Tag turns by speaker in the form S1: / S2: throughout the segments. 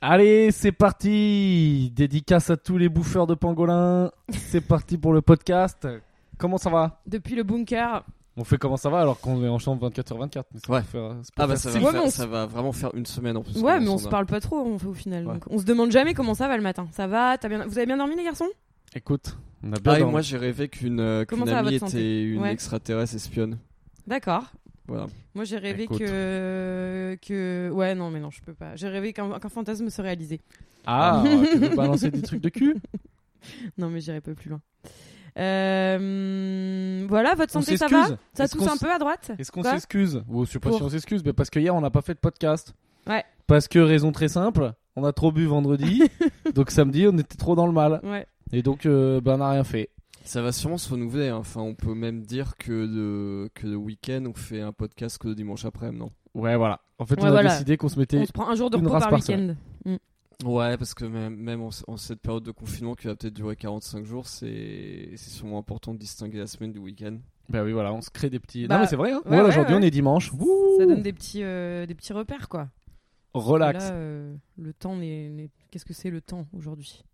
S1: Allez, c'est parti Dédicace à tous les bouffeurs de pangolins. C'est parti pour le podcast. Comment ça va
S2: Depuis le bunker,
S1: On fait comment ça va alors qu'on est en chambre 24 sur 24 mais c'est
S3: Ouais.
S1: pour faire- c'est pour
S3: Ah bah
S1: faire-
S3: ça
S2: C'est
S3: va,
S2: moi,
S3: faire-
S2: mais on
S3: ça
S2: se-
S3: va vraiment faire une semaine en plus.
S2: ouais,
S3: qu'on
S2: mais on
S3: s'en
S2: se
S3: va.
S2: parle pas trop on fait au final.
S3: Ouais.
S2: Donc on se demande jamais comment ça va le matin. Ça va T'as bien Vous avez bien dormi les garçons
S1: Écoute, on a bien
S3: Ah, et
S1: dormi.
S3: moi j'ai rêvé qu'une euh,
S2: Comment
S3: qu'une
S2: ça va,
S3: amie
S2: votre santé
S3: était une
S2: Ouais.
S3: extraterrestre espionne.
S2: D'accord.
S3: Voilà.
S2: Moi j'ai rêvé
S1: Écoute.
S2: que que ouais non mais non je peux pas. J'ai rêvé qu'un qu'un fantasme se réalisait.
S1: Ah, tu veux balancer des trucs de cul
S2: Non mais j'irai pas plus loin. Euh, Voilà votre
S1: On
S2: santé ça va
S1: s'excuse
S2: Ça
S1: Est-ce
S2: tousse
S1: qu'on
S2: un
S1: s-
S2: peu à droite
S1: Est-ce qu'on
S2: Quoi
S1: s'excuse Ou Je sais pas
S2: Pour
S1: si on s'excuse, mais parce que hier on n'a pas fait de podcast.
S2: Ouais.
S1: Parce que raison très simple, on a trop bu vendredi, donc samedi on était trop dans le mal.
S2: Ouais.
S1: Et donc euh, ben, on n'a rien fait.
S3: Ça va sûrement se renouveler. hein. Enfin, on peut même dire que le, que le week-end on fait un podcast que le dimanche après, non
S1: Ouais, voilà. En fait,
S2: Ouais,
S1: on a
S2: voilà.
S1: décidé qu'on se mettait.
S2: On se prend un jour de
S1: une
S2: repos
S1: race
S2: par
S1: par
S2: week-end.
S3: Ouais, parce que même, même en, en cette période de confinement qui va peut-être durer 45 jours, c'est c'est sûrement important de distinguer la semaine du week-end.
S1: Bah oui, voilà, on se crée des petits.
S2: Bah,
S1: non, mais c'est vrai, hein.
S2: ouais,
S1: Voilà,
S2: ouais,
S1: aujourd'hui
S2: ouais.
S1: on est dimanche. Wouh
S2: Ça donne des petits euh, des petits repères quoi.
S1: Relax.
S2: Là, euh, le temps n'est n'est- qu'est-ce que c'est le temps aujourd'hui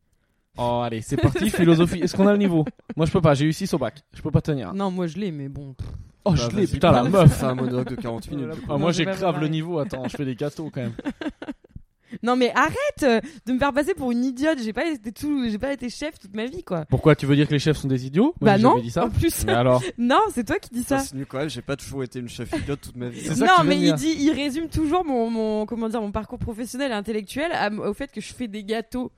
S1: Oh, allez, c'est parti, philosophie. Est-ce qu'on a le niveau Moi, je peux pas, j'ai eu 6 au bac. Je peux pas tenir.
S2: Non moi je l'ai mais bon. pff,
S1: Oh,
S3: Bah,
S1: je l'ai,
S3: vas-y.
S1: putain, la
S3: On
S1: meuf.
S3: fait un monologue de 40 minutes. du coup.
S1: Ah,
S2: Non,
S1: moi,
S2: je
S1: j'ai
S2: vais pas
S1: grave le
S2: parler.
S1: niveau. Attends, je fais des gâteaux quand même.
S2: Non mais arrête euh, de me faire passer pour une idiote. J'ai pas été tout, j'ai pas été chef toute ma vie quoi.
S1: Pourquoi tu veux dire que les chefs sont des idiots Moi,
S2: bah
S1: j'ai
S2: non.
S1: jamais dit ça.
S2: En plus,
S1: Mais alors
S2: non, c'est toi qui dis ça.
S3: Continue quand même, j'ai pas toujours été une chef idiote toute ma vie.
S1: Ah,
S3: hein.
S1: C'est ça que tu
S2: Non
S1: viens
S2: mais
S1: de
S2: il
S1: dire.
S2: dit, il résume toujours mon, mon comment dire mon parcours professionnel et intellectuel à- au fait que je fais des gâteaux.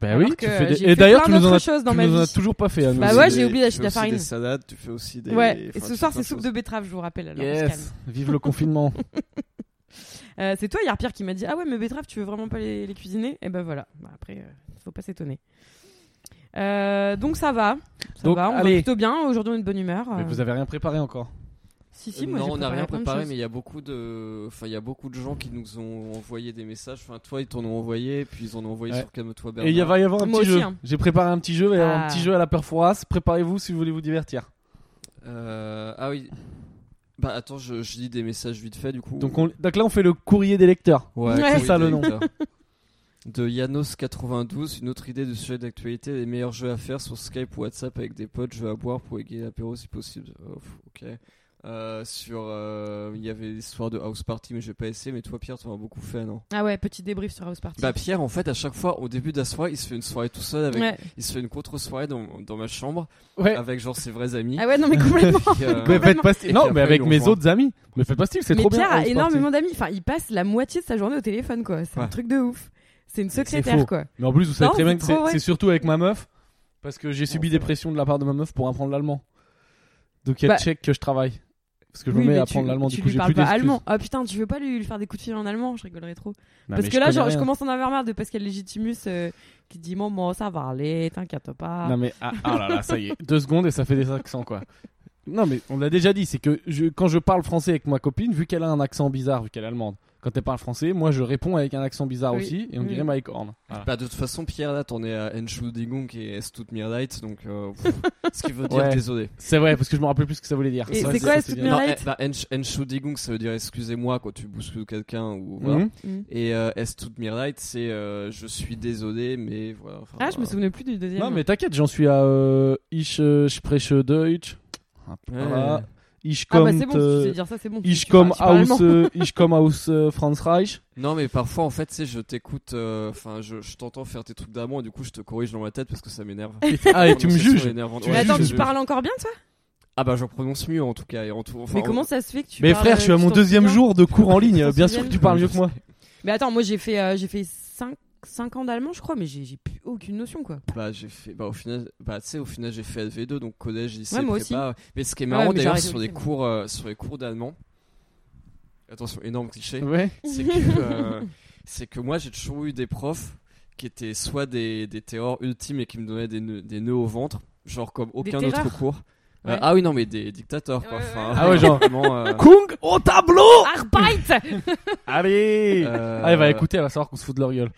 S1: Bah
S2: Alors
S1: oui,
S2: que
S1: tu fais des...
S2: j'ai
S1: Et
S2: fait
S1: d'ailleurs,
S2: plein
S1: tu nous en
S2: d'autres
S1: as,
S2: choses dans
S1: tu
S2: ma
S1: nous en as
S2: vie.
S1: toujours pas fait à nous.
S2: Bah
S3: Tu
S1: aussi.
S3: fais
S2: ouais,
S3: des-
S2: j'ai oublié d'acheter
S3: Tu fais
S2: de la
S3: aussi
S2: farine.
S3: des salades, tu fais aussi des.
S2: Ouais. Et
S3: enfin,
S2: ce soir
S3: tu fais plein
S2: c'est
S3: de
S2: soupe
S3: choses.
S2: de betterave, je vous rappelle. Alors on se calme.
S1: Eh, Yes, vive le confinement.
S2: Euh, c'est toi hier Pierre qui m'a dit ah ouais mais betteraves tu veux vraiment pas les, les cuisiner Et ben voilà. Bah, après euh, faut pas s'étonner. Euh, donc ça va, ça
S1: Donc,
S2: va, on
S1: allez.
S2: va plutôt bien. Aujourd'hui on est de bonne humeur.
S1: Mais
S2: Euh,
S1: vous avez rien préparé encore.
S2: Si
S3: Euh,
S2: si moi j'ai
S3: non, on n'a rien
S2: plein de
S3: préparé,
S2: choses.
S3: mais il y a beaucoup de, enfin, il y a beaucoup de gens qui nous ont envoyé des messages. Enfin, toi, ils t'en ont envoyé, puis ils en ont envoyé
S1: Ouais.
S3: sur Calme-toi Bernard.
S1: Et il y va y avoir un
S2: Bah Moi
S1: petit
S2: aussi,
S1: jeu.
S2: hein.
S1: J'ai préparé un petit jeu, il va y avoir un
S2: Ah.
S1: petit jeu à la perforace. Préparez-vous si vous voulez vous divertir.
S3: Euh, ah oui. Bah attends, je, je lis des messages vite fait du coup.
S1: Donc, on- Donc là, on fait le courrier des lecteurs.
S3: Ouais,
S2: Ouais.
S3: courrier
S1: C'est ça,
S3: des
S1: le nom.
S3: lecteurs. De Yanos92, une autre idée de sujet d'actualité, les meilleurs jeux à faire sur Skype ou WhatsApp avec des potes, jeux à boire pour égayer l'apéro si possible. Oh, pff, ok. Euh, sur, euh, il y avait l'histoire de House Party, mais j'ai pas essayé. Mais toi, Pierre, t'en as beaucoup fait, non
S2: Ah ouais petit débrief sur House Party.
S3: Bah Pierre, en fait, à chaque fois, au début de la soirée, il se fait une soirée tout seul avec,
S2: Ouais.
S3: il se fait une contre-soirée dans, dans ma chambre
S1: Ouais.
S3: avec genre ses vrais amis.
S2: Ah ouais, non mais complètement.
S3: Puis, euh,
S1: Ah, Mais faites
S2: Complètement.
S1: pas style.
S3: Et
S1: Non,
S3: puis
S1: mais
S3: après,
S1: avec
S3: ils
S1: mes
S3: l'ont
S1: autres amis. Mais faites pas style, c'est
S2: mais
S1: trop
S2: Pierre
S1: bien.
S2: a
S1: House
S2: énormément
S1: Party.
S2: d'amis. Enfin, il passe la moitié de sa journée au téléphone, quoi. C'est un
S3: Ouais.
S2: truc de ouf. C'est une
S1: faux.
S2: secrétaire, quoi.
S1: Mais en plus, vous savez
S2: Non,
S1: très bien
S2: c'est
S1: que
S2: trop
S1: c'est
S2: vrai.
S1: c'est surtout avec ma meuf. Parce que j'ai subi
S3: c'est
S1: des
S3: vrai.
S1: pressions de la part de ma meuf pour apprendre l'allemand. Donc il y a
S2: Bah.
S1: check que je travaille. Parce que je
S2: Oui,
S1: me mets
S2: mais
S1: à
S2: tu-
S1: apprendre l'allemand, du
S2: tu
S1: coup
S2: lui
S1: j'ai
S2: parles
S1: plus
S2: pas
S1: d'excuses.
S2: allemand. Ah putain, tu veux pas lui, lui faire des coups de fil en allemand Je rigolerais trop.
S1: Non,
S2: Parce
S1: mais
S2: que là,
S1: connais
S2: genre, je
S1: rien.
S2: commence à en avoir marre de Pascal Légitimus euh, qui dit Maman, ça va aller, t'inquiète pas.
S1: Non mais ah, ah là là, ça y est, deux secondes et ça fait des accents quoi. Non mais on l'a déjà dit, c'est que je- quand je parle français avec ma copine, vu qu'elle a un accent bizarre, vu qu'elle est allemande, quand elle parle français, moi je réponds avec un accent bizarre
S2: Oui.
S1: aussi et on
S2: Oui.
S1: dirait Mike Horn. Voilà.
S3: Bah de toute façon Pierre là t'en es à Entschuldigung et Es tut mir leid donc euh, pff, ce qui veut dire
S1: Ouais.
S3: désolé.
S1: C'est vrai parce que je me rappelais plus ce que ça voulait dire.
S2: Et
S1: Ça,
S2: c'est quoi,
S1: ça,
S2: est-ce que tu
S1: bien.
S2: Mir
S3: Non,
S2: leid
S3: eh, bah, Entsch- Entschuldigung ça veut dire excusez-moi quand tu bouscules quelqu'un ou
S1: Mhm.
S3: voilà.
S2: Mm.
S3: Et euh, Es tut mir leid c'est euh, je suis désolé mais voilà. enfin,
S2: Ah, je me souvenais plus du deuxième.
S1: Non, mais t'inquiète, j'en suis à euh, Ich euh, spreche Deutsch. Voilà. Ich
S2: ah bah
S1: komme
S2: c'est bon, si tu sais dire ça, c'est bon.
S1: ich
S2: Tu parles-
S1: komme
S2: tu parles
S1: aus,
S2: allemand.
S1: euh, ich komme aus euh, Frankreich.
S3: Non mais parfois en fait c'est je t'écoute euh, enfin je, je t'entends faire tes trucs d'amant et du coup je te corrige dans ma tête parce que ça m'énerve.
S1: Ah, et tu me
S3: Prononciation
S1: juges.
S3: énervante.
S1: Tu
S2: Mais
S3: Ouais,
S2: attends,
S3: je
S1: Juste-
S2: tu
S3: juge.
S2: parles encore bien, toi
S3: Ah bah je prononce mieux en tout cas et en tout. enfin,
S2: Mais
S3: en-
S2: comment ça se fait que tu.
S1: Mais
S2: parles, euh,
S1: frère, je suis à
S2: tu
S1: mon
S2: t'en
S1: deuxième
S2: souviens
S1: jour de cours en
S2: Tu
S1: ligne.
S2: t'en
S1: Bien sûr que
S2: souviens
S1: tu parles mieux que moi.
S2: Mais attends, moi j'ai fait, euh, j'ai fait 5, ans d'allemand, je crois, mais j'ai j'ai plus aucune notion, quoi.
S3: Bah j'ai fait bah au final bah tu sais au final j'ai fait LV2 donc collège lycée
S2: Ouais, moi
S3: prépa. Mais ce qui est
S2: Ouais,
S3: marrant
S2: mais j'ai
S3: d'ailleurs
S2: arrêté
S3: sur
S2: au
S3: les
S2: lycée,
S3: cours euh, sur les cours d'allemand. Attention énorme cliché.
S1: Ouais.
S3: C'est que euh, c'est que moi j'ai toujours eu des profs qui étaient soit des des terreurs ultimes et qui me donnaient des nœuds, des nœuds au ventre genre comme aucun autre
S2: terreurs
S3: cours. Euh,
S2: Ouais.
S3: ah oui non mais des dictateurs quoi.
S2: Ouais, ouais,
S3: Enfin,
S2: ouais.
S1: Ah ouais, genre.
S3: vraiment, euh,
S1: Kung au tableau
S2: Arbeit
S1: Allez
S3: euh,
S1: Ah, elle va écouter, elle va savoir qu'on se fout de leur gueule.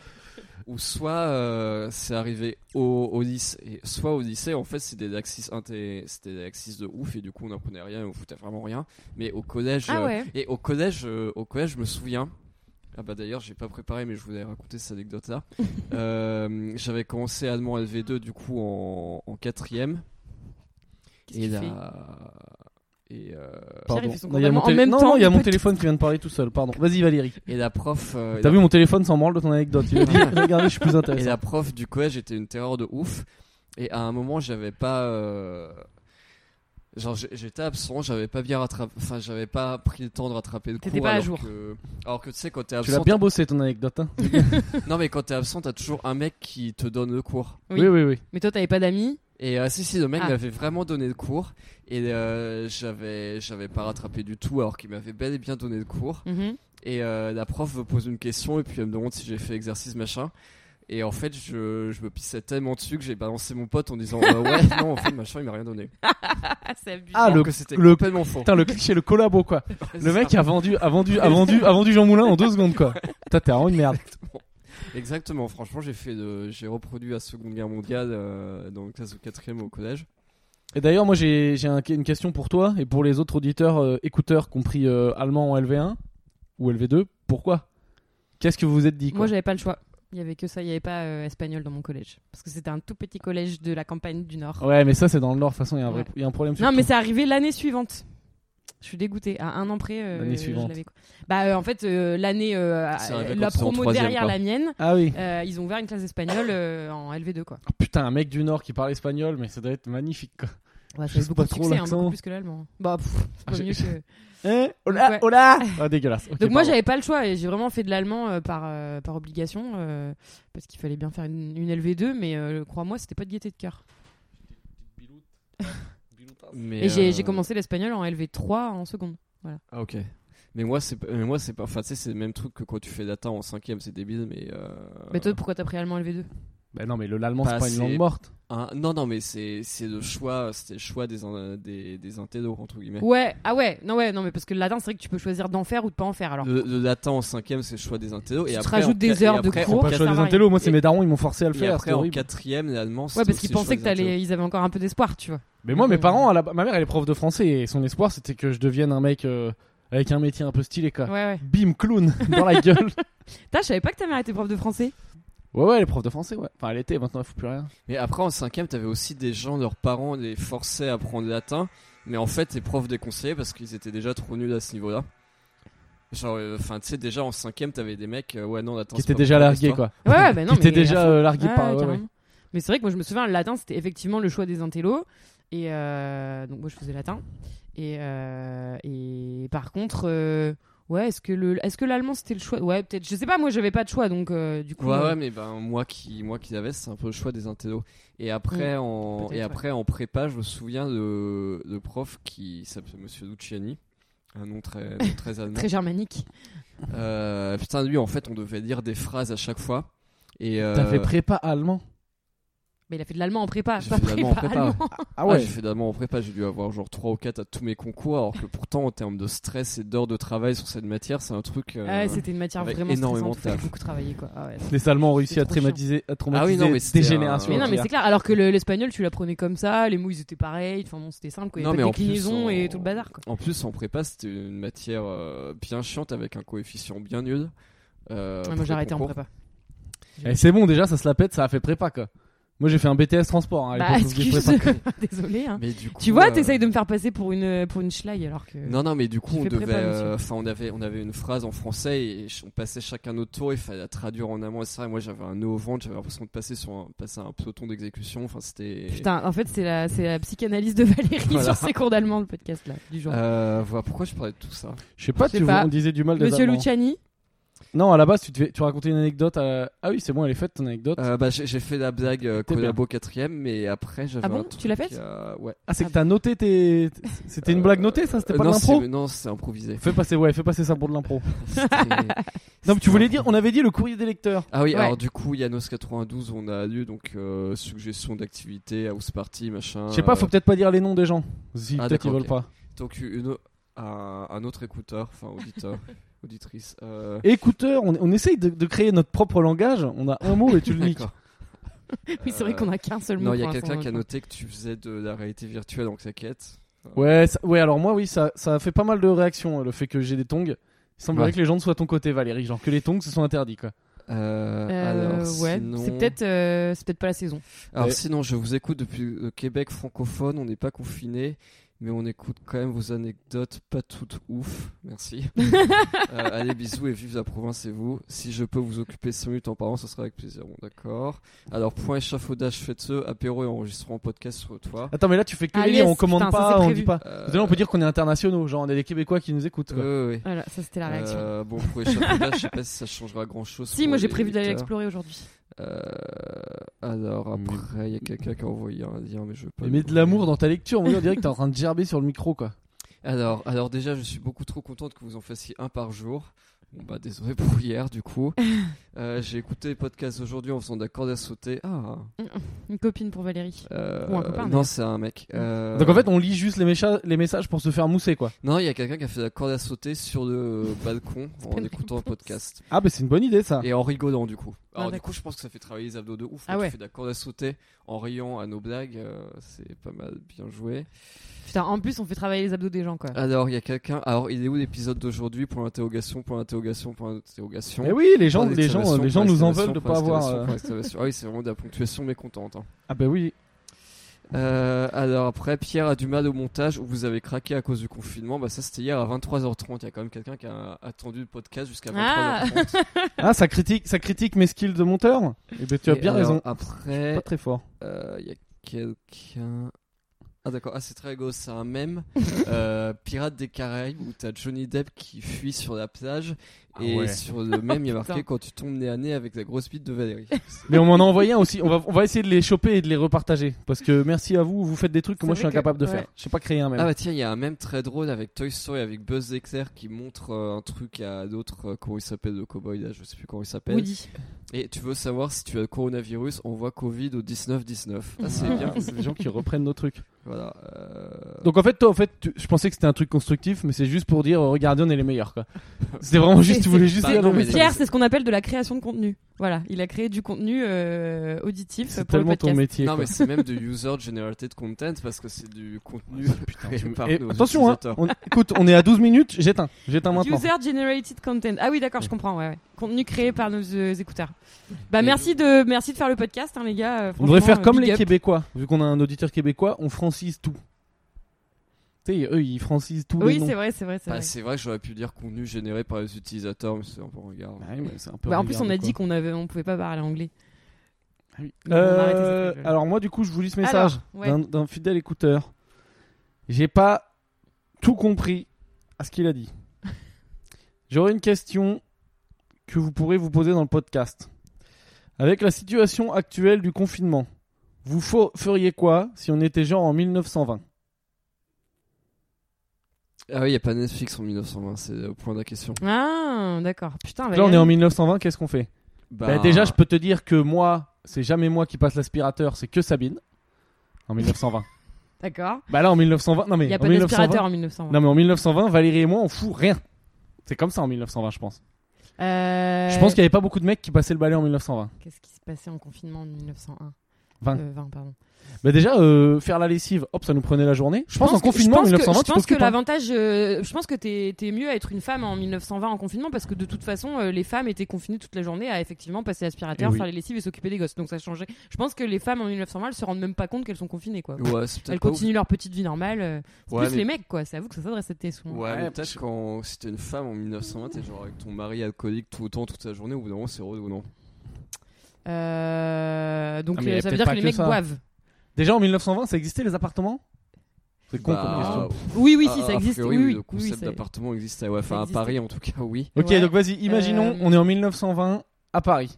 S3: Ou soit euh, c'est arrivé au, au lycée, soit au lycée, en fait, c'est des axis inté- c'était des axis de ouf, et du coup, on n'apprenait rien, et on foutait vraiment rien. Mais au collège,
S2: Ah
S3: euh,
S2: ouais.
S3: et au collège, euh, au collège, je me souviens, Ah bah d'ailleurs, j'ai pas préparé, mais je voulais raconter cette anecdote-là. Euh, J'avais commencé allemand LV2 du coup en, en quatrième.
S2: Qu'est-ce
S3: Et
S2: qu'il
S3: là.
S2: fait
S3: Et, euh,
S2: Pierre, il
S1: Pardon.
S2: fait son
S1: Non, il y a mon
S2: complément en
S1: télé-
S2: même
S1: non,
S2: temps,
S1: non, il y a
S2: il
S1: mon
S2: peut-
S1: téléphone qui vient de parler tout seul, pardon. Vas-y Valérie.
S3: et la prof. euh, et
S1: T'as
S3: la-
S1: vu mon téléphone s'en branle de ton anecdote. Il a dit, regardez, je suis plus
S3: Et
S1: intéressant.
S3: la prof du collège était une terreur de ouf. Et à un moment, j'avais pas. euh, Genre, j'ai- j'étais absent, j'avais pas bien rattrapé. Enfin, j'avais pas pris le temps de rattraper le cours.
S2: T'étais pas à
S3: alors
S2: jour.
S3: Que... Alors que tu sais, quand t'es
S1: Tu l'as
S3: absent.
S1: bien bossé ton anecdote. Hein.
S3: Non, mais quand t'es absent, t'as toujours un mec qui te donne le cours.
S2: Oui.
S1: oui, oui.
S2: Mais toi, t'avais pas d'amis
S3: Et euh, si, si, le mec
S2: Ah.
S3: m'avait vraiment donné le cours. Et euh, j'avais j'avais pas rattrapé du tout, alors qu'il m'avait bel et bien donné le cours.
S2: Mhm.
S3: Et euh, la prof me pose une question et puis elle me demande si j'ai fait exercice machin. Et en fait, je, je me pissais tellement dessus que j'ai balancé mon pote en disant euh, ouais non en fait machin il m'a rien donné.
S2: Ah, c'est abusé.
S1: Ah, le-
S3: Alors que c'était
S1: le-
S3: complètement faux.
S1: Putain, le cliché, le collabo quoi. Le mec hein. a vendu, a vendu, a vendu, a vendu Jean Moulin en deux secondes quoi. Putain, t'es vraiment une merde.
S3: Exactement. Franchement, j'ai fait de- j'ai reproduit la Seconde Guerre mondiale euh, dans la classe de quatrième au collège.
S1: Et d'ailleurs, moi j'ai j'ai un- une question pour toi et pour les autres auditeurs, euh, écouteurs, compris euh, allemands en LV1 ou LV2. Pourquoi Qu'est-ce que vous vous êtes dit quoi
S2: Moi, j'avais pas le choix. Il y avait que ça, il y avait pas euh, espagnol dans mon collège. Parce que c'était un tout petit collège de la campagne du Nord.
S1: Ouais, mais ça c'est dans le Nord. De toute façon, il y a un vrai,
S2: Ouais.
S1: il y a un problème. sur
S2: Non,
S1: tout.
S2: mais c'est arrivé l'année suivante. Je suis dégoûtée. À un an près, euh,
S1: L'année
S2: je
S1: suivante.
S2: l'avais, quoi. Bah, euh, en fait, euh, l'année, euh,
S3: C'est arrivé quand
S2: la
S3: c'était en
S2: promo
S3: troisième,
S2: derrière
S3: quoi.
S2: la mienne,
S1: Ah oui.
S2: euh, ils ont ouvert une classe espagnole euh, en LV2, quoi.
S1: Ah, Putain, un mec du Nord qui parle espagnol, mais ça doit être magnifique quoi.
S2: Ouais,
S1: Je
S2: ça a eu
S1: sais
S2: beaucoup
S1: pas
S2: de
S1: trop
S2: succès, hein,
S1: l'accent.
S2: beaucoup plus que l'allemand. Bah, pff, c'est
S1: Ah,
S2: pas
S1: j'ai-
S2: mieux que.
S1: Hein
S2: Hola, Ouais.
S1: hola Ah, dégueulasse. Ok,
S2: Donc moi
S1: pardon.
S2: j'avais pas le choix et j'ai vraiment fait de l'allemand euh, par, euh, par obligation euh, parce qu'il fallait bien faire une, une LV2 mais euh, crois-moi c'était pas de gaieté de cœur.
S3: Mais
S2: Et, j'ai
S3: euh,
S2: j'ai commencé l'espagnol en LV3 en seconde.
S3: Ah ok. Mais moi c'est mais moi c'est pas enfin tu sais c'est le même truc que quand tu fais data en cinquième c'est débile mais. euh,
S2: Mais toi pourquoi t'as pris allemand LV2
S1: Bah non, mais le- l'allemand c'est
S3: Pas
S1: pas une
S3: assez.
S1: langue morte.
S3: un- non non mais c'est c'est le choix c'était le choix des in- des des intellos entre guillemets.
S2: Ouais ah ouais non ouais non mais parce que le latin c'est vrai que tu peux choisir d'en faire ou de pas en faire alors.
S3: Le, le latin en cinquième, c'est le choix des intellos.
S2: Tu
S3: et
S2: te
S3: après,
S2: rajoutes
S3: en
S2: des
S3: qua- et
S2: heures de
S3: après-
S2: cours.
S1: Faut pas
S2: ça
S1: choisir les
S2: va.
S1: intellos. Moi, c'est
S2: Et-
S1: mes darons, ils m'ont forcé à le
S3: Et
S1: faire.
S3: après,
S1: C'était
S3: en
S1: horrible.
S3: quatrième, l'allemand,
S2: Ouais
S3: c'était
S2: parce qu'ils
S3: aussi le choix
S2: pensaient que
S3: des intellos.
S2: t'allais- ils avaient encore un peu d'espoir tu vois.
S1: Mais moi,
S3: euh,
S1: mes parents, à la- ma mère, elle est prof de français et son espoir, c'était que je devienne un mec euh, avec un métier un peu stylé, quoi.
S2: Ouais ouais.
S1: Bim, clown, dans la gueule.
S2: Putain, je savais pas que ta mère était prof de français.
S1: Ouais, ouais, elle est prof de français, ouais. Enfin, elle était, maintenant, elle fout plus rien.
S3: Mais après, en cinquième, t'avais aussi des gens, leurs parents les forçaient à prendre le latin. Mais en fait, les profs déconseillaient parce qu'ils étaient déjà trop nuls à ce niveau-là. Genre, euh, enfin, tu sais, déjà en cinquième, t'avais des mecs, euh, ouais, non, latin.
S1: Qui
S3: c'est
S1: était
S3: pas
S1: déjà
S3: pour
S1: largué,
S3: l'histoire.
S1: quoi.
S2: Ouais ouais bah non
S1: Qui était
S2: mais
S1: déjà euh, largué
S2: Ouais,
S1: par. ouais,
S2: carrément.
S1: ouais.
S2: Mais c'est vrai que moi je me souviens, le latin c'était effectivement le choix des intellos. Et euh, donc moi je faisais latin. Et, euh, et par contre, euh, ouais, est-ce que le, est-ce que l'allemand c'était le choix Ouais, peut-être. Je sais pas, moi j'avais pas de choix donc euh, du coup.
S3: Ouais,
S2: euh,
S3: ouais, mais ben, moi qui, moi qui l'avais, c'est un peu le choix des intellos. Et après, en,
S2: Mm. peut-être,
S3: et
S2: ouais.
S3: après, en prépa, je me souviens de, de prof qui s'appelait Monsieur Luciani. Un nom très, nom très allemand.
S2: Très germanique.
S3: Euh, putain, lui, en fait, on devait dire des phrases à chaque fois. Et euh,
S1: T'as fait prépa allemand.
S2: Mais il a fait de l'allemand en prépa.
S3: J'ai
S2: pas
S3: fait de l'allemand en prépa, ouais.
S2: allemand.
S1: Ah
S3: j'ai fait d'allemand en prépa, j'ai dû avoir genre 3 ou 4 à tous mes concours, alors que pourtant, en termes de stress et d'heures de travail sur cette matière, c'est un truc. euh,
S2: Ah ouais, c'était une matière
S3: avec
S2: vraiment stressante.
S3: énormément de
S2: Il fallait
S3: taf.
S2: beaucoup travailler quoi. Ah ouais.
S1: Les Allemands ont réussi
S2: C'est
S1: à
S2: trop
S1: traumatiser, à
S3: Ah oui,
S1: traumatiser
S3: non, mais
S1: des
S3: c'était un-
S1: générations.
S2: Mais non, mais
S1: entières.
S2: c'est clair. Alors que le- l'espagnol, tu l'apprenais comme ça, les mots ils étaient pareils. Enfin bon, c'était simple quoi. Il y
S3: Non,
S2: avait
S3: mais
S2: pas de
S3: en plus,
S2: déclinaison
S3: en-
S2: et tout le bazar quoi.
S3: En plus, en prépa, c'était une matière euh, bien chiante avec un coefficient bien nul. euh,
S2: Ouais,
S3: pour
S2: Ah, moi
S3: les
S2: j'ai arrêté en
S3: concours.
S2: prépa.
S1: Eh, c'est bon, déjà, ça se la pète, ça a fait prépa, quoi. Moi, j'ai fait un BTS transport hein,
S3: Ah,
S1: à
S2: Bah,
S1: l'époque où je faisais
S2: excuse.
S1: prépa.
S2: Désolé. Hein.
S3: Mais du coup,
S2: Tu vois,
S3: euh,
S2: t'essayes de me faire passer pour une, pour une schlag alors que.
S3: Non, non, mais du coup,
S2: Tu
S3: on
S2: fais
S3: devait.
S2: prépa, monsieur.
S3: euh, Enfin, on, avait, on avait une phrase en français et ch- on passait chacun notre tour, il fallait la traduire en amont, etc. Et moi, j'avais un nœud au ventre, j'avais l'impression de passer sur un, passer un peloton d'exécution. Enfin, c'était.
S2: Putain, en fait, c'est la, c'est la psychanalyse de Valérie
S3: Voilà.
S2: sur ses cours d'allemand, le podcast là, du jour.
S3: Euh, voilà, pourquoi je parlais de tout ça
S1: Je sais pas,
S2: Je sais
S1: tu
S2: pas.
S1: on disait du mal des
S2: Monsieur
S1: Allemands.
S2: Luciani,
S1: Non, à la base, tu, devais- tu racontais une anecdote. à- Ah oui, c'est bon, elle est faite, ton anecdote.
S3: Euh, bah, j'ai j'ai fait la blague euh,
S1: T'es
S3: collabo quatrième, mais après j'avais
S2: Ah bon
S3: un
S2: Tu
S3: truc.
S2: l'as faite
S3: euh, Ouais.
S1: Ah, c'est que t'as noté tes. C'était une blague
S3: Euh,
S1: notée, ça C'était
S3: euh,
S1: pas de
S3: non,
S1: l'impro
S3: c'est- Non, c'est improvisé.
S1: Fais passer, ouais, fais passer ça pour de l'impro.
S3: C'était-
S1: Non, mais tu
S3: c'était
S1: voulais
S3: impro-
S1: dire, on avait dit le courrier des lecteurs.
S3: Ah oui,
S2: Ouais.
S3: alors du coup, Yanos 92, on a lu donc euh, suggestions d'activités, house party, machin.
S1: Je sais pas, faut
S3: euh,
S1: peut-être pas dire les noms des gens. Si
S3: Ah,
S1: peut-être ils
S3: d'accord,
S1: veulent
S3: ok.
S1: pas.
S3: donc une, un, un autre écouteur, enfin auditeur, auditrice. euh,
S1: Écouteur, on, on essaye de, de créer notre propre langage. On a un mot et tu le niques.
S3: d'accord.
S2: oui, c'est vrai
S3: Euh,
S2: qu'on a qu'un seul mot.
S3: Non, il y a
S2: pour l'instant,
S3: quelqu'un qui a
S2: donc.
S3: noté que tu faisais de la réalité virtuelle en claquette.
S1: Ouais, ça- ouais, alors moi, oui, ça, ça a fait pas mal de réactions. Le fait hein, que j'ai des tongs Il semblerait
S3: Ouais.
S1: que les gens ne soient de ton côté, Valérie. Genre que les tongs se sont interdits, quoi.
S3: Euh,
S2: Euh,
S3: alors,
S2: ouais,
S3: sinon...
S2: c'est peut-être euh, c'est peut-être pas la saison.
S3: Alors
S1: Ouais.
S3: sinon, je vous écoute depuis le Québec francophone, on n'est pas confiné, mais on écoute quand même vos anecdotes pas toutes ouf. Merci. Euh, allez, bisous et vive la province et vous. Si je peux vous occuper 5 minutes en parlant, ce sera avec plaisir. Bon, d'accord. Alors, point échafaudage, faites-le, apéro et enregistrons en podcast sur le toit.
S1: Attends, mais là, tu fais que
S2: Ah,
S1: lire,
S2: yes,
S1: on commande
S2: putain, ça,
S1: pas,
S2: c'est
S1: on
S2: prévu.
S1: dit pas.
S3: Euh,
S1: Vous savez, on peut dire qu'on est internationaux. Genre, on a des Québécois qui nous écoutent, quoi.
S3: ouais, ouais.
S2: Voilà, ça c'était la réaction.
S3: Euh, bon, point échafaudage, je sais pas si ça changera grand-chose.
S2: si,
S3: pour
S2: moi j'ai
S3: les
S2: prévu d'aller
S3: auditeurs.
S2: l'explorer aujourd'hui.
S3: Euh, alors, après, il y a quelqu'un qui a envoyé un lien, mais je veux pas.
S1: Mm. Mais
S3: le
S1: mets de
S3: donner.
S1: l'amour dans ta lecture, mon gars, on dirait que t'es en train de gerber sur le micro, quoi.
S3: Alors, alors déjà, je suis beaucoup trop contente que vous en fassiez un par jour. Bon, bah, désolé pour hier, du coup. Euh, J'ai écouté les podcasts aujourd'hui en faisant de la corde à sauter. Ah,
S2: Une copine pour Valérie.
S3: euh,
S2: Ou un copain,
S3: Non,
S2: d'ailleurs.
S3: c'est un mec. Euh,
S1: Donc en fait, on lit juste les, mécha- les messages pour se faire mousser, quoi.
S3: Non, il y a quelqu'un qui a fait de la corde à sauter sur le balcon
S2: C'est pas
S3: en
S2: une
S3: écoutant un
S2: réponse.
S3: podcast.
S1: Ah, bah c'est une bonne idée, ça.
S3: Et en rigolant, du coup. Alors,
S2: Ah,
S3: du
S2: d'accord.
S3: coup, je pense que ça fait travailler les abdos de ouf.
S2: Ah
S3: quand
S2: ouais.
S3: Tu fais de la corde à sauter en riant à nos blagues. euh, c'est pas mal, bien joué.
S2: Putain, en plus on fait travailler les abdos des gens quoi.
S3: Alors, il y a quelqu'un. Alors, il est où l'épisode d'aujourd'hui Pour l'interrogation, pour l'interrogation, pour l'interrogation.
S1: Mais Eh oui, les gens,
S3: Point
S1: les gens, euh,
S3: d'exclamation,
S1: les gens
S3: point
S1: nous en
S3: d'exclamation,
S1: veulent de
S3: point
S1: pas avoir.
S3: d'exclamation,
S1: euh,
S3: point d'exclamation. Ah oui, c'est vraiment de la ponctuation mécontente. hein.
S1: Ah bah oui.
S3: Euh, alors après, Pierre a du mal au montage où vous avez craqué à cause du confinement. Bah ça, c'était hier à 23h30. Il y a quand même quelqu'un qui a attendu le podcast jusqu'à 23h30.
S2: Ah.
S1: Ah, ça critique, ça critique mes skills de monteur. Eh ben tu as
S3: Et
S1: bien
S3: alors,
S1: raison.
S3: Après,
S1: Pas très fort.
S3: euh, il y a quelqu'un. Ah d'accord, ah, c'est très rigolo, c'est un mème euh, Pirates des Caraïbes où t'as Johnny Depp qui fuit sur la plage
S1: Ah
S3: et
S1: ouais.
S3: sur le mème il y a marqué
S2: Putain.
S3: quand tu tombes nez à nez avec la grosse bite de Valérie.
S1: Mais on m'en a envoyé un aussi. On va, on va essayer de les choper et de les repartager. Parce que merci à vous, vous faites des trucs que
S2: C'est
S1: moi je suis
S2: vrai que-
S1: incapable de
S2: ouais.
S1: faire. Je sais pas créer un même.
S3: Ah bah tiens, il y a un même très drôle avec Toy Story avec Buzz Éclair qui montre euh, un truc à l'autre, euh, comment il s'appelle le cowboy là, je sais plus comment il s'appelle.
S2: Woody.
S3: Et tu veux savoir si tu as le coronavirus, on voit Covid au 19-19. Ah, c'est
S1: Ah,
S3: bien.
S1: c'est des gens qui reprennent nos trucs.
S3: Voilà. euh,
S1: Donc en fait, toi, en fait, tu- je pensez que c'était un truc constructif, mais c'est juste pour dire, euh, regardez, on est les meilleurs, quoi. C'était vraiment juste, tu voulais juste
S3: Bah
S1: dire,
S3: non,
S1: non, mais
S3: mais-
S2: Pierre, c'est ce qu'on appelle de la création de contenu. Voilà, il a créé du contenu euh, auditif
S1: c'est
S2: pour le
S1: tellement ton
S2: podcast.
S1: métier.
S3: Non
S1: quoi.
S3: mais c'est même du user generated content parce que c'est du contenu
S1: Ah, Putain,
S3: créé
S1: tu-
S3: par
S1: Et
S3: nos
S1: attention, hein,
S3: utilisateurs.
S1: on- écoute, on est à 12 minutes, j'éteins, j'éteins maintenant.
S2: User generated content. Ah oui, d'accord, je comprends. Ouais, ouais. Contenu créé par nos euh, écouteurs. Bah
S3: Et-
S2: merci de merci de faire le podcast, hein, les gars. euh,
S1: On devrait
S2: franchement,
S1: faire
S2: euh,
S1: comme
S2: big
S1: les
S2: up.
S1: Québécois, vu qu'on a un auditeur québécois, on francise tout. Tu sais, eux, ils francisent tous les
S2: Oui,
S1: noms.
S2: c'est vrai, c'est vrai, c'est
S3: Bah,
S2: vrai.
S3: c'est vrai que j'aurais pu dire contenu généré par les utilisateurs, mais c'est un peu regard.
S1: Bah oui, mais c'est un peu
S2: Bah, en plus, on
S1: regardé,
S2: a
S1: quoi.
S2: dit qu'on avait on pouvait pas parler anglais.
S1: Ah oui.
S2: Donc, on a arrêté cette
S1: Euh,
S2: règle-là.
S1: alors moi du coup je vous lis ce
S2: Alors,
S1: message
S2: ouais.
S1: d'un- d'un fidèle écouteur. J'ai pas tout compris à ce qu'il a dit. J'aurais une question que vous pourrez vous poser dans le podcast. Avec la situation actuelle du confinement, vous fo- feriez quoi si on était genre en 1920
S3: Ah oui, il y a pas Netflix en 1920, c'est le point de la question.
S2: Ah, d'accord. Putain,
S1: Là on est en
S2: Valérie.
S1: 1920, qu'est-ce qu'on fait Bah, déjà, je peux te dire que moi, c'est jamais moi qui passe l'aspirateur, c'est que Sabine. En 1920.
S2: D'accord.
S1: bah là, en 1920, non mais
S2: Il y a
S1: en
S2: pas
S1: 1920
S2: d'aspirateur en 1920.
S1: Non mais en 1920, Valérie et moi, on fout rien. C'est comme ça en 1920, je pense.
S2: Euh,
S1: Je pense qu'il n'y avait pas beaucoup de mecs qui passaient le balai en 1920.
S2: Qu'est-ce qui se passait en confinement en 1901
S1: Vingt.
S2: Euh, vingt, pardon.
S1: Bah déjà, euh, faire la lessive, hop, ça nous prenait la journée. Je pense, en
S2: que-
S1: confinement, en
S2: je pense que-
S1: 1920,
S2: je
S1: tu
S2: pense que
S1: t'occupes, hein.
S2: l'avantage, euh, je pense que t'es t'es mieux à être une femme en 1920 en confinement parce que de toute façon, euh, les femmes étaient confinées toute la journée à effectivement passer l'aspirateur,
S1: Eh oui.
S2: faire les lessives et s'occuper des gosses. Donc ça changeait. Je pense que les femmes en 1920 elles se rendent même pas compte qu'elles sont confinées quoi.
S3: Ouais, c'est peut-être
S2: Elles
S3: pas ouf.
S2: continuent leur petite vie normale. euh, c'est
S3: Ouais,
S2: plus
S3: mais-
S2: les mecs hein. quoi. C'est à vous que ça s'adresse cette question.
S3: Ouais, mais
S1: Ouais,
S3: peut-être quand si t'es une femme en 1920, t'es genre avec ton mari alcoolique tout le temps, toute la journée, au bout d'un moment, c'est relou, non
S2: Euh, donc
S1: Ah, mais
S2: euh,
S1: y a
S2: ça
S1: peut-être
S2: veut dire
S1: pas
S2: que les
S1: que
S2: mecs
S1: ça.
S2: boivent.
S1: Déjà en 1920, ça existait les appartements C'est con comme
S3: Bah,
S1: question.
S2: Oui oui si
S3: a-
S2: ça
S3: a
S2: existe.
S3: priori,
S2: oui,
S3: Le
S2: oui, oui,
S3: concept
S2: ça-
S3: d'appartement existe, ouais, enfin
S2: Ça
S3: à
S2: existait.
S3: Paris en tout cas, oui.
S1: Ok,
S2: Ouais.
S1: donc vas-y, imaginons,
S2: Euh,
S1: on est en 1920 à Paris.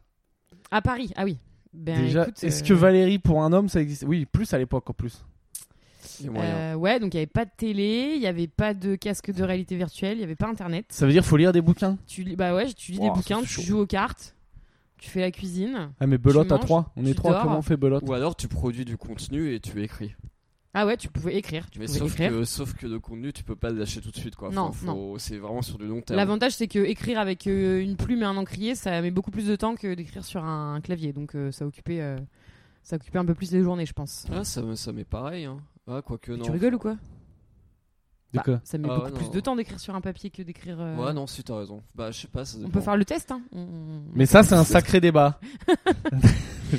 S2: à Paris. Ah oui. Ben,
S1: Déjà,
S2: écoute,
S1: est-ce
S2: euh,
S1: que Valérie pour un homme ça existe Oui, plus à l'époque en plus.
S3: Il y a moyen.
S2: Euh, ouais, donc il n'y avait pas de télé, il n'y avait pas de casque de réalité virtuelle, il n'y avait pas internet.
S1: Ça veut dire faut lire des bouquins.
S2: Tu lis, bah ouais, tu lis
S1: Ouah,
S2: des bouquins,
S1: ça,
S2: tu
S1: c'est chaud.
S2: joues aux cartes, tu fais la cuisine.
S1: Ah mais belote à
S2: manges,
S1: 3, on est
S2: tu
S1: 3,
S2: dors.
S1: comment on fait belote
S3: Ou alors tu produis du contenu et tu écris.
S2: Ah ouais, tu pouvais écrire. Tu
S3: Mais
S2: pouvais
S3: sauf
S2: écrire.
S3: que, sauf que le contenu, tu peux pas le lâcher tout de suite, quoi.
S2: Non,
S3: Enfin, faut- C'est vraiment sur du long terme.
S2: L'avantage, c'est que écrire avec euh, une plume et un encrier, ça met beaucoup plus de temps que d'écrire sur un, clavier. Donc euh, ça occupait, euh, ça occupait un peu plus les journées, je pense.
S3: Ah, ça, me- ça m'est pareil, hein. Ah, quoique non.
S2: Tu rigoles ou quoi
S1: De
S2: Bah,
S1: quoi
S2: ça met
S3: Ah
S2: beaucoup
S3: ouais,
S2: plus
S3: non.
S2: de temps d'écrire sur un papier que d'écrire. euh,
S3: Ouais, non, si t'as raison. Bah, je sais pas, ça
S2: On
S3: dépend.
S2: peut faire le test. Hein. On-
S1: Mais ça, c'est un sacré débat. J'en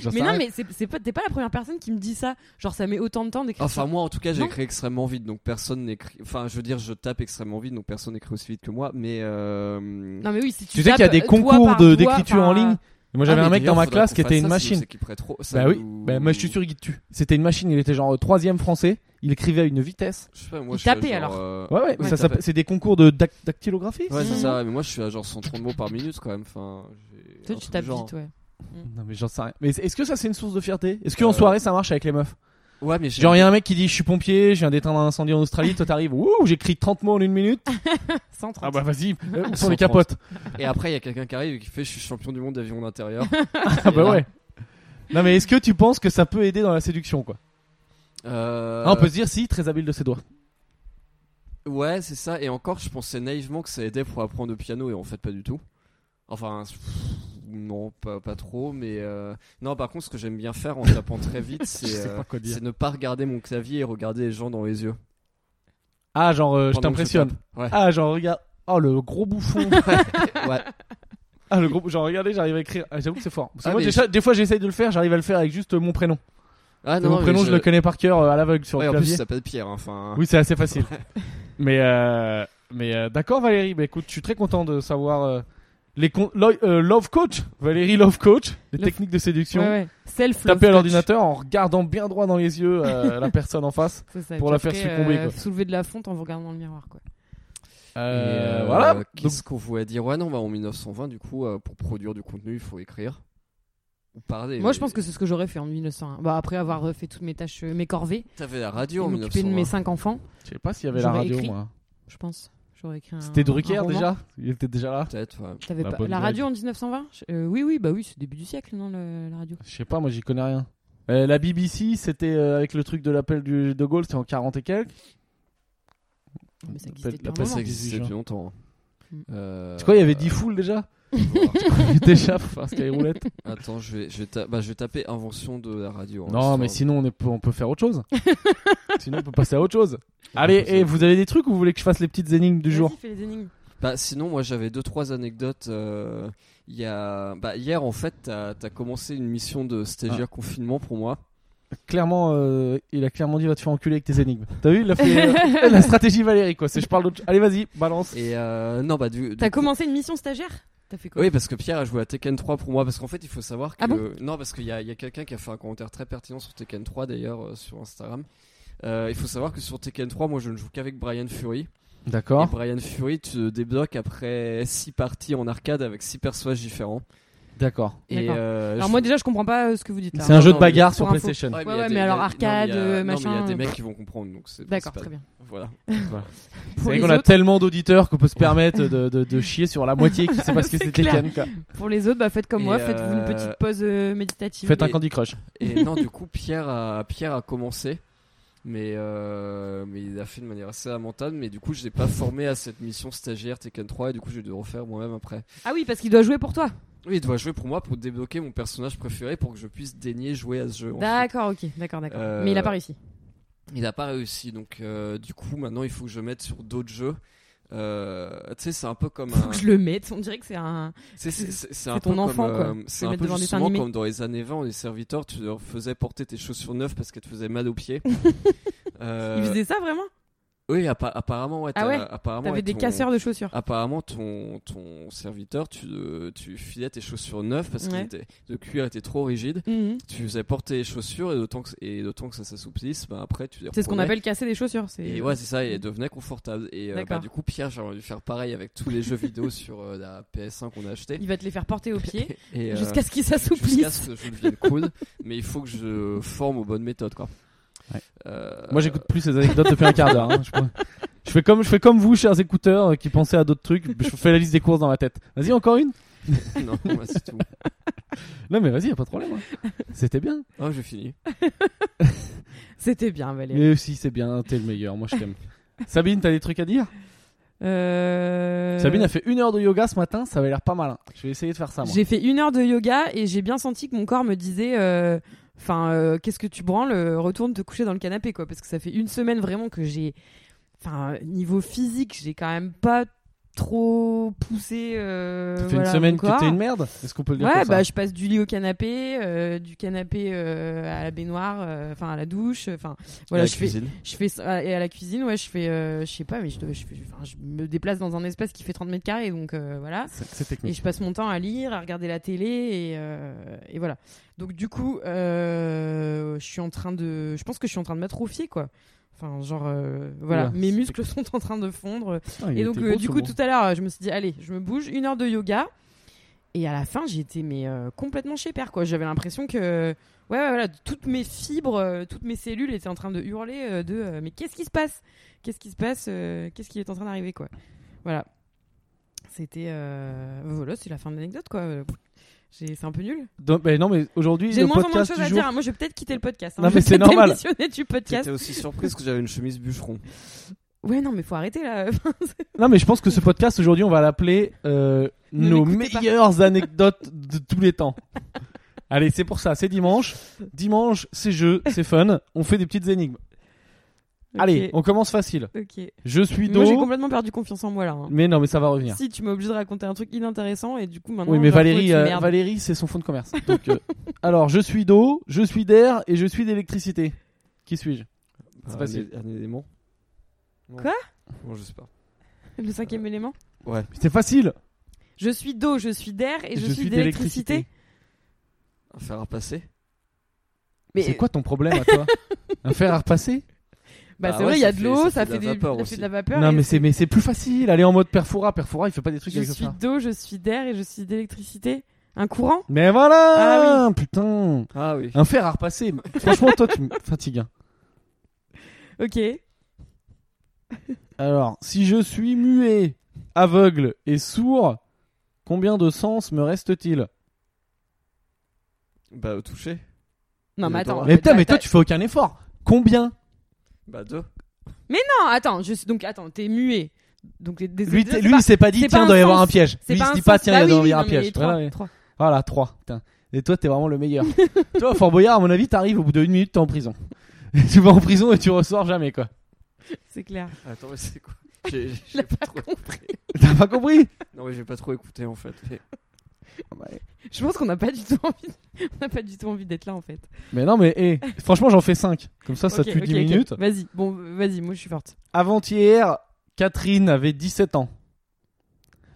S1: sais
S2: Mais non,
S1: rien.
S2: mais c'est c'est pas- t'es pas la première personne qui me dit ça. Genre, ça met autant de temps d'écrire.
S3: Enfin, moi, en tout cas,
S2: Non.
S3: j'écris extrêmement vite, donc personne n'écrit. Enfin, je veux dire, je tape extrêmement vite, donc personne n'écrit aussi vite que moi, mais. euh,
S2: Non, mais oui, si tu,
S1: Tu sais
S2: tapes euh,
S1: qu'il y a des
S2: doigt
S1: concours
S2: par
S1: de-
S2: doigt, euh,
S1: d'écriture
S2: par-
S1: en ligne. Moi,
S3: Ah,
S1: j'avais
S3: mais
S1: un mec
S3: d'ailleurs,
S1: dans ma
S3: faudrait
S1: classe
S3: qu'on
S1: qui était une
S3: fasse ça, sinon
S1: machine.
S3: c'est qu'il ferait trop- ça
S1: Bah oui,
S3: nous-
S1: bah, moi, je suis sûr qu'il te tue. C'était une machine, il était genre euh, troisième français, il écrivait à une vitesse.
S3: Je sais pas, moi,
S2: Il
S3: je suis à
S2: tapait,
S3: genre,
S2: alors.
S3: euh,
S1: Ouais, ouais, ça
S3: oui, il tapait.
S1: s'appelle- c'est des concours de dac- dactylographie
S3: Ouais,
S2: Mhm.
S3: c'est ça, mais moi, je suis à genre 130 mots par minute quand même. Enfin, j'ai un
S2: Toi, tu
S3: truc
S2: tapes
S3: du genre.
S2: vite, ouais.
S1: Non, mais j'en sais rien. Mais est-ce que ça, c'est une source de fierté Est-ce qu'en
S3: Euh,
S1: soirée, ça marche avec les meufs
S3: Ouais, mais j'ai-
S1: Genre, il y a un mec qui dit Je suis pompier, je viens d'éteindre un incendie en Australie, toi t'arrives, ouh, j'écris 30 mots en une minute.
S2: 130.
S1: Ah bah vas-y, euh, où sont
S3: 130.
S1: les capotes
S3: Et après, il y a quelqu'un qui arrive et qui fait Je suis champion du monde d'avion d'intérieur.
S1: Ah bah ouais. Non, mais est-ce que tu penses que ça peut aider dans la séduction, quoi
S3: Euh,
S1: Ah, On peut se dire si, très habile de ses doigts.
S3: Ouais, c'est ça. Et encore, je pensais naïvement que ça aidait pour apprendre le piano, et en fait, pas du tout. Enfin, pff, non, pas, pas trop. Mais euh, non, par contre, ce que j'aime bien faire en tapant très vite,
S1: Je
S3: c'est
S1: sais
S3: euh,
S1: pas quoi dire.
S3: c'est ne pas regarder mon clavier et regarder les gens dans les yeux.
S1: Ah, genre, euh, je
S3: Pendant que
S1: t'impressionne.
S3: tape. Ouais.
S1: Ah, genre, regarde. Oh, le gros bouffon.
S3: ouais.
S1: ah, le gros. Genre, regardez, j'arrive à écrire. Ah, J'avoue que c'est fort. Parce que
S3: Ah,
S1: moi,
S3: mais
S1: déjà- des fois, j'essaye de le faire, j'arrive à le faire avec juste euh, mon prénom.
S3: Ah
S1: mon
S3: mais
S1: prénom, je... le connais par cœur euh, à l'aveugle sur
S3: Ouais,
S1: le
S3: en plus,
S1: clavier.
S3: ça s'appelle Pierre. hein, Enfin,
S1: Oui, c'est assez facile. mais euh, mais euh, d'accord, Valérie. Bah, écoute, je suis très content de savoir euh, les con- lo- euh, Love Coach. Valérie Love Coach, des
S2: Love-
S1: techniques de séduction.
S2: Ouais, ouais. Self
S1: Taper à l'ordinateur en regardant bien droit dans les yeux euh, la personne en face. pour la faire succomber, quoi.
S2: euh, Soulever de la fonte en vous regardant dans le miroir, quoi.
S1: Euh,
S3: Et, euh,
S1: voilà. Donc,
S3: Qu'est-ce qu'on voulait dire Ouais, non, bah, en 1920, du coup, euh, pour produire du contenu, il faut écrire ou parler.
S2: Moi, je pense que c'est ce que j'aurais fait en 1901. Bah, après avoir euh, fait toutes mes tâches, euh, mes corvées,
S3: T'avais la
S2: et
S3: radio en
S2: m'occuper de
S3: 1920.
S2: mes cinq enfants,
S1: je sais pas s'il y avait la
S2: J'aurais
S1: radio,
S2: écrit.
S1: moi.
S2: je pense. J'aurais écrit un.
S1: C'était Drucker
S2: un roman.
S1: déjà Il était déjà là
S3: Peut-être, ouais.
S2: T'avais
S1: La
S2: pas-
S1: bonne
S2: La
S1: blague.
S2: radio en 1920 Euh, Oui, oui, bah oui, c'est début du siècle, non, le- la radio.
S1: Je sais pas, moi j'y connais rien. Euh, la BBC, c'était euh, avec le truc de l'appel du- de Gaulle, c'était en 40 et quelques.
S2: Mais ça
S1: L'appel-
S2: existait depuis un
S1: l'appel,
S2: moment.
S3: Ça
S1: c'est-
S3: existait
S1: 18
S3: depuis longtemps.
S2: hein.
S3: hein.
S2: Mm.
S3: Euh,
S1: Tu crois, il y avait 10 foules déjà Déjà, enfin, Skyroulette.
S3: Attends, je vais, je, vais ta- bah, je vais taper invention de la radio. hein,
S1: Non,
S3: histoire
S1: mais
S3: de-
S1: sinon on, est- on peut faire autre chose. sinon on peut passer à autre chose. Allez,
S3: passer à
S1: et
S3: autre
S1: vous avez des trucs ou vous voulez que je fasse les petites énigmes du jour
S2: Vas-y, fais les énigmes.
S3: Bah, sinon, moi j'avais deux trois anecdotes. euh, Il y a... bah, hier, en fait, t'as as commencé une mission de stagiaire
S1: Ah.
S3: confinement pour moi.
S1: Clairement, euh, il a clairement dit va te faire enculer avec tes énigmes. T'as vu, il a fait euh, la stratégie Valérie quoi. C'est je parle d'autre chose. Allez, vas-y, balance.
S3: Et euh, non, bah du. du
S2: T'as
S3: coup-
S2: commencé une mission stagiaire T'as fait quoi
S3: Oui, parce que Pierre a joué à Tekken 3 pour moi. Parce qu'en fait, il faut savoir que.
S2: Ah bon
S3: non, parce qu'il y a, il y a quelqu'un qui a fait un commentaire très pertinent sur Tekken 3 d'ailleurs euh, sur Instagram. Euh, il faut savoir que sur Tekken 3, moi je ne joue qu'avec Brian Fury. Et
S1: D'accord.
S3: Brian Fury, tu le débloques après 6 parties en arcade avec 6 personnages différents.
S1: D'accord.
S3: Et
S2: D'accord.
S3: euh,
S2: Alors
S3: je-
S2: moi déjà je comprends pas euh, ce que vous dites là.
S1: C'est un jeu
S3: non,
S1: de
S3: mais
S1: bagarre
S2: pour
S1: sur
S2: info.
S1: PlayStation.
S2: Ouais,
S3: Ouais, il y a
S2: ouais,
S3: des-
S2: mais alors
S3: non, il y a-
S2: arcade,
S3: non,
S2: euh,
S3: mais Il y
S2: machin.
S3: a des mecs qui vont comprendre, donc c'est
S2: D'accord,
S3: c'est pas-
S2: très bien.
S3: Voilà.
S1: C'est
S2: Pour
S1: vrai
S2: les,
S1: qu'on a
S2: autres,
S1: tellement d'auditeurs qu'on peut se permettre de, de- de chier sur la moitié qui sait pas ce que
S2: C'est
S1: c'est
S2: clair.
S1: Tekken. quoi.
S2: pour les autres, bah, faites comme
S3: Et
S2: moi,
S3: euh,
S2: faites-vous une petite pause euh, méditative.
S1: Faites un
S3: Mais-
S1: Candy Crush.
S2: Euh,
S3: Et non, du coup, Pierre a, Pierre a commencé, mais, euh, mais il a fait de manière assez lamentable. Mais du coup, je l'ai pas formé à cette mission stagiaire Tekken 3, et du coup, je vais le refaire moi-même après.
S2: Ah oui, parce qu'il doit jouer pour toi.
S3: Oui, il doit jouer pour moi pour débloquer mon personnage préféré pour que je puisse daigner jouer à ce jeu. en fait.
S2: D'accord, ok, d'accord, d'accord.
S3: Euh,
S2: Mais il a pas réussi.
S3: Il n'a pas réussi, donc euh, du coup, maintenant, il faut que je mette sur d'autres jeux. Euh, tu sais, c'est un peu comme
S2: Faut
S3: un.
S2: que je le mette. On dirait que c'est un.
S3: C'est- C'est c'est- c'est un
S2: c'est
S3: peu
S2: ton enfant,
S3: comme,
S2: quoi.
S3: euh,
S2: Tu
S3: C'est
S2: le
S3: un
S2: mets
S3: peu
S2: devant un dessin
S3: justement
S2: animé.
S3: comme dans les années 20, les serviteurs, tu leur faisais porter tes chaussures neuves parce qu'elles te faisaient mal aux pieds. Euh,
S2: Il faisait ça vraiment
S3: Oui, appa- apparemment, ouais.
S2: Ah
S3: t'as-
S2: ouais
S3: apparemment, ouais,
S2: T'avais des
S3: ton-
S2: casseurs de chaussures.
S3: Apparemment, ton, ton serviteur, tu, euh, tu filais tes chaussures neuves parce
S2: Ouais.
S3: que était- le cuir était trop rigide.
S2: Mhm.
S3: Tu faisais porter les chaussures et d'autant que, et d'autant que ça s'assouplisse, bah, après, tu les
S2: C'est ce qu'on
S3: reprenais.
S2: appelle casser des chaussures. c'est-
S3: Et ouais, c'est ça, et elle devenait confortable. Et euh, bah,
S2: euh, mm. D'accord.
S3: du coup, Pierre, j'aimerais lui faire pareil avec tous les jeux vidéo sur euh, la PS1 qu'on a acheté.
S2: Il va te les faire porter aux pieds
S3: Et, euh,
S2: jusqu'à ce qu'ils
S3: jusqu'à
S2: s'assouplissent.
S3: ce que je devienne coude, mais il faut que je forme aux bonnes méthodes, quoi.
S1: Ouais.
S3: Euh,
S1: Moi, j'écoute plus ces anecdotes depuis un quart d'heure. hein, Je, pourrais- je fais comme, je fais comme vous, chers écouteurs, euh, qui pensez à d'autres trucs. Je fais la liste des courses dans ma tête. Vas-y, encore une
S3: Non, bah, c'est tout.
S1: Non, mais vas-y, y a pas de problème. hein. C'était bien.
S3: Ah, j'ai fini.
S2: Euh, C'était bien, Valérie.
S1: Mais aussi, c'est bien. T'es le meilleur. Moi, je t'aime. Sabine, t'as des trucs à dire
S2: Euh,
S1: Sabine a fait une heure de yoga ce matin. Ça avait l'air pas mal. hein. Je vais essayer de faire ça, moi.
S2: J'ai euh, fait une heure de yoga et j'ai bien senti que mon corps me disait, euh, enfin, euh, qu'est-ce que tu branles euh, Retourne te coucher dans le canapé, quoi, parce que ça fait une semaine vraiment que j'ai Enfin, niveau physique, j'ai quand même pas trop poussé. euh,
S1: Ça fait
S2: voilà,
S1: une semaine
S2: mon
S1: que
S2: corps.
S1: t'es une merde Est-ce qu'on peut le dire
S2: Ouais,
S1: comme
S2: bah
S1: ça
S2: je passe du lit au canapé, euh, du canapé euh, à la baignoire, euh, enfin à la douche, enfin voilà,
S3: la
S2: je fais,
S3: cuisine.
S2: je fais ça et à la cuisine, ouais, je fais, euh, je sais pas, mais je, dois- je, fais- enfin, je me déplace dans un espace qui fait 30 mètres carrés, donc euh, voilà.
S1: C'est c'est
S2: Et
S1: technique.
S2: je passe mon temps à lire, à regarder la télé et, euh, et voilà. Donc du coup, euh, je suis en train de, je pense que je suis en train de m'atrophier quoi. Enfin, genre, euh, voilà,
S1: Oula.
S2: mes muscles sont en train de fondre.
S1: Putain, il
S2: Et donc,
S1: était
S2: euh,
S1: gros,
S2: du
S1: ce
S2: coup,
S1: gros.
S2: tout à l'heure, je me suis dit, allez, je me bouge, une heure de yoga. Et à la fin, j'étais mais euh, complètement chez père, quoi. J'avais l'impression que, ouais, ouais, voilà, toutes mes fibres, euh, toutes mes cellules étaient en train de hurler euh, de, euh, mais qu'est-ce qui se passe Qu'est-ce qui se passe Euh, Qu'est-ce qui est en train d'arriver, quoi Voilà. C'était, euh, voilà, c'est la fin de l'anecdote, quoi. J'ai- C'est un peu nul.
S1: Donc, mais non, mais aujourd'hui,
S2: J'ai de
S1: le
S2: moins en moins de
S1: podcast
S2: choses
S1: du
S2: à
S1: jour.
S2: dire. hein. Moi, je vais peut-être quitter le podcast. hein.
S1: Non,
S2: Je
S1: mais
S2: vais
S1: c'est
S2: peut-être
S1: normal.
S2: démissionner du podcast.
S3: T'étais aussi surprise que j'avais une chemise bûcheron.
S2: Ouais, non, mais faut arrêter là.
S1: Non, mais je pense que ce podcast aujourd'hui, on va l'appeler euh,
S2: Ne
S1: nos
S2: m'écoutez pas.
S1: meilleures anecdotes de tous les temps. Allez, c'est pour ça, c'est dimanche. Dimanche, c'est jeu, c'est fun. On fait des petites énigmes. Allez, on commence facile.
S2: Ok. Ok.
S1: Je suis
S2: Moi, j'ai
S1: Do.
S2: complètement perdu confiance en moi là. hein.
S1: Mais non, mais ça va revenir.
S2: Si tu m'as obligé de raconter un truc inintéressant et du coup maintenant.
S1: Oui, mais
S2: je vais retrouver
S1: Valérie,
S2: de
S1: euh,
S2: merde.
S1: Valérie, c'est son fonds de commerce. Donc, euh, alors, je suis d'eau, je suis d'air et je suis d'électricité. Qui suis-je
S3: Bah,
S1: facile.
S3: Un, un élément. Non.
S2: Quoi
S3: Bon, je sais pas.
S2: Le cinquième élément.
S3: Ouais.
S1: C'est facile.
S2: Je suis d'eau, je suis d'air et je, suis d'électricité.
S3: Un fer à passer.
S2: Mais
S1: C'est quoi ton problème à toi Un fer à repasser
S2: Bah,
S3: Bah
S2: c'est
S3: ouais,
S2: vrai, il y a
S3: ça
S2: de
S3: fait-
S2: l'eau,
S3: ça
S2: ça
S3: fait
S2: fait
S3: de
S2: des-
S3: la
S2: ça
S3: vapeur
S2: fait de la vapeur.
S1: Non,
S2: et
S1: mais
S2: c'est-
S1: c'est mais c'est plus facile. Allez en mode perfora, perfora, il fait pas des trucs
S2: Je
S1: avec ça.
S2: suis d'eau, je suis d'air et je suis d'électricité. Un courant
S1: Mais
S2: Ah bah
S1: voilà Putain
S3: Ah oui.
S1: Un fer à repasser Franchement, toi, tu me fatigues. hein.
S2: Ok.
S1: Alors, si je suis muet, aveugle et sourd, combien de sens me reste-t-il
S3: Bah, au toucher.
S2: Non, Oh, mais
S3: Mais
S2: attends.
S3: attends,
S1: Mais putain,
S2: t'as-
S1: mais toi,
S2: t'as-
S1: tu fais aucun effort Combien
S3: Bah, deux.
S2: Non, attends, je suis donc. Attts t'es muet. Donc les- des-
S1: Lui,
S2: des-
S1: t'es-
S2: c'est
S1: lui
S2: pas-
S1: il s'est pas dit,
S2: c'est
S1: tiens,
S2: pas
S1: doit y
S2: un
S1: avoir un
S2: sens.
S1: piège.
S2: c'est
S1: Lui, il
S2: pas
S1: se
S2: un
S1: dit pas,
S2: sens.
S1: tiens,
S2: Bah
S1: il
S2: oui,
S1: doit y
S2: oui,
S1: avoir un
S2: non, mais
S1: piège.
S2: trois,
S1: Voilà, ouais.
S2: trois.
S1: Voilà, 3. Putain. Et toi, t'es vraiment le meilleur. toi, Fort Boyard, à mon avis, t'arrives au bout d'une minute, t'es en prison. tu vas en prison et tu ressors jamais, quoi.
S2: C'est clair.
S3: Attends, mais c'est quoi J'ai
S2: Je
S3: j'ai-
S2: l'ai
S3: j'ai
S2: pas
S3: pas trop.
S1: T'as pas compris
S3: Non, mais j'ai pas trop écouté en fait. Mais-
S2: Je pense qu'on n'a pas du tout envie. On n'a pas du tout envie d'être là en fait.
S1: Mais non, mais hé, franchement, j'en fais 5. Comme ça, ça
S2: Ok,
S1: tue 10
S2: ok, ok.
S1: minutes.
S2: Vas-y, bon, vas-y, moi je suis forte.
S1: Avant-hier, Catherine avait 17 ans.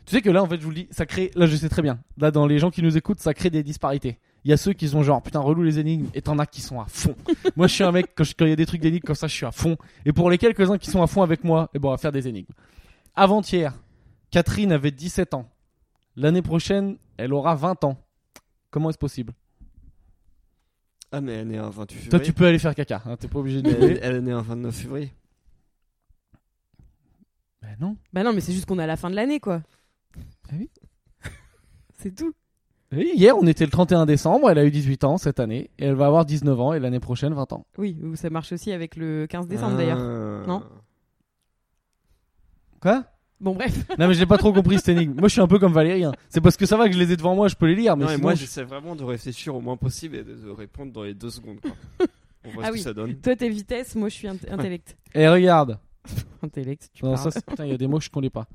S1: Tu sais que là, en fait, je vous le dis, ça crée. Là, je sais très bien. Là, dans les gens qui nous écoutent, ça crée des disparités. Il y a ceux qui sont genre putain relou les énigmes et t'en as qui sont à fond. moi, je suis un mec quand je- quand il y a des trucs d'énigmes comme ça, je suis à fond. Et pour les quelques uns qui sont à fond avec moi, et bon, on va faire des énigmes. Avant-hier, Catherine avait 17 ans. L'année prochaine, elle aura 20 ans. Comment est-ce possible
S3: Ah, mais elle est née un 28 février.
S1: Toi, tu peux aller faire caca. hein, T'es pas obligé de.
S3: Mais Elle, elle est née un 29 février.
S1: Mais non.
S2: Bah non, mais c'est juste qu'on est à la fin de l'année, quoi.
S1: Ah oui.
S2: c'est tout.
S1: Oui, hier, on était le 31 décembre, elle a eu 18 ans cette année, et elle va avoir 19 ans, et l'année prochaine, 20 ans.
S2: Oui, ou ça marche aussi avec le 15 décembre,
S1: Ah.
S2: d'ailleurs.
S3: Ah.
S2: Non
S1: Quoi
S2: Bon, bref.
S1: Non, mais j'ai pas trop compris cette énigme. Moi, je suis un peu comme Valérie. hein. C'est parce que ça va que je les ai devant moi, je peux les lire, mais
S3: Non, mais
S1: sinon,
S3: moi
S1: je-
S3: j'essaie vraiment de réfléchir au moins possible et de- de répondre dans les deux secondes. quoi. On voit
S2: Ah
S3: ce
S2: oui.
S3: que ça donne.
S2: Toi, t'es vitesse, moi, je suis int- intellect.
S1: Eh, regarde.
S2: Intellect, tu
S1: Non,
S2: parles.
S1: ça, c'est- putain, il y a des mots que je connais pas.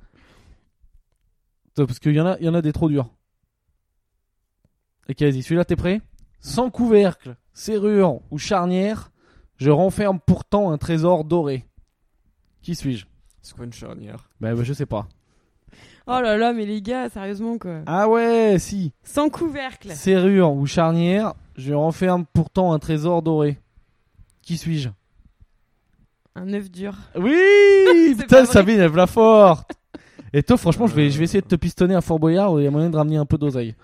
S1: Attends, Parce qu'il y, en a- il y en a des trop durs. Ok, vas-y, celui-là, t'es prêt Sans couvercle, serrure ou charnière, je renferme pourtant un trésor doré. Qui suis-je
S3: C'est quoi une charnière
S1: bah, bah, je sais pas.
S2: Oh là là, mais les gars, sérieusement, quoi.
S1: Ah ouais, si.
S2: Sans couvercle.
S1: Serrure ou charnière, je renferme pourtant un trésor doré. Qui suis-je
S2: Un œuf dur.
S1: Oui
S2: pas
S1: Putain,
S2: vrai.
S1: Sabine, elle la forte Et toi, franchement, je vais,
S3: Euh.
S1: je vais essayer de te pistonner à Fort Boyard où il y a moyen de ramener un peu d'oseille.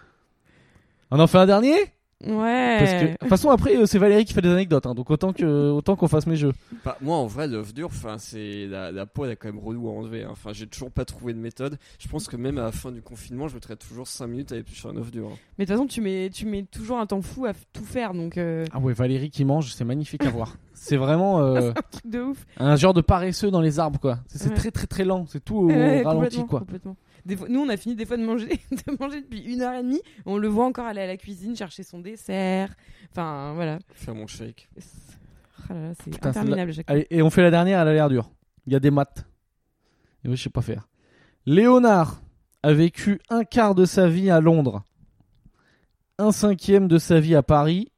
S1: On en fait un dernier Parce que-
S2: Ouais.
S1: De toute façon, après, euh, c'est Valérie qui fait des anecdotes, hein, donc autant que autant qu'on fasse mes jeux.
S3: Bah, moi, en vrai, l'œuf dur, enfin, c'est la, la peau, elle a quand même relou à enlever. hein. Enfin, j'ai toujours pas trouvé de méthode. Je pense que même à la fin du confinement, je mettrais toujours 5 minutes à éplucher un œuf dur. hein.
S2: Mais de toute façon, tu mets, tu mets toujours un temps fou à f- tout faire, donc euh,
S1: Ah ouais, Valérie qui mange, c'est magnifique à voir. C'est vraiment euh,
S2: truc de ouf.
S1: un genre de paresseux dans les arbres, quoi. C'est c'est
S2: Ouais.
S1: très très très lent, c'est tout au
S2: Ouais,
S1: ralenti,
S2: complètement,
S1: quoi.
S2: complètement. Des fois- nous, on a fini des fois de manger, de manger depuis une heure et demie. On le voit encore aller à la cuisine chercher son dessert. Enfin, voilà.
S3: Faire mon shake.
S2: Ah là là, c'est
S1: Putain,
S2: interminable. à chaque fois.
S1: Allez, et on fait la dernière, elle a l'air dure. Il y a des maths. Et oui, je sais pas faire. Léonard a vécu un quart de sa vie à Londres, un cinquième de sa vie à Paris,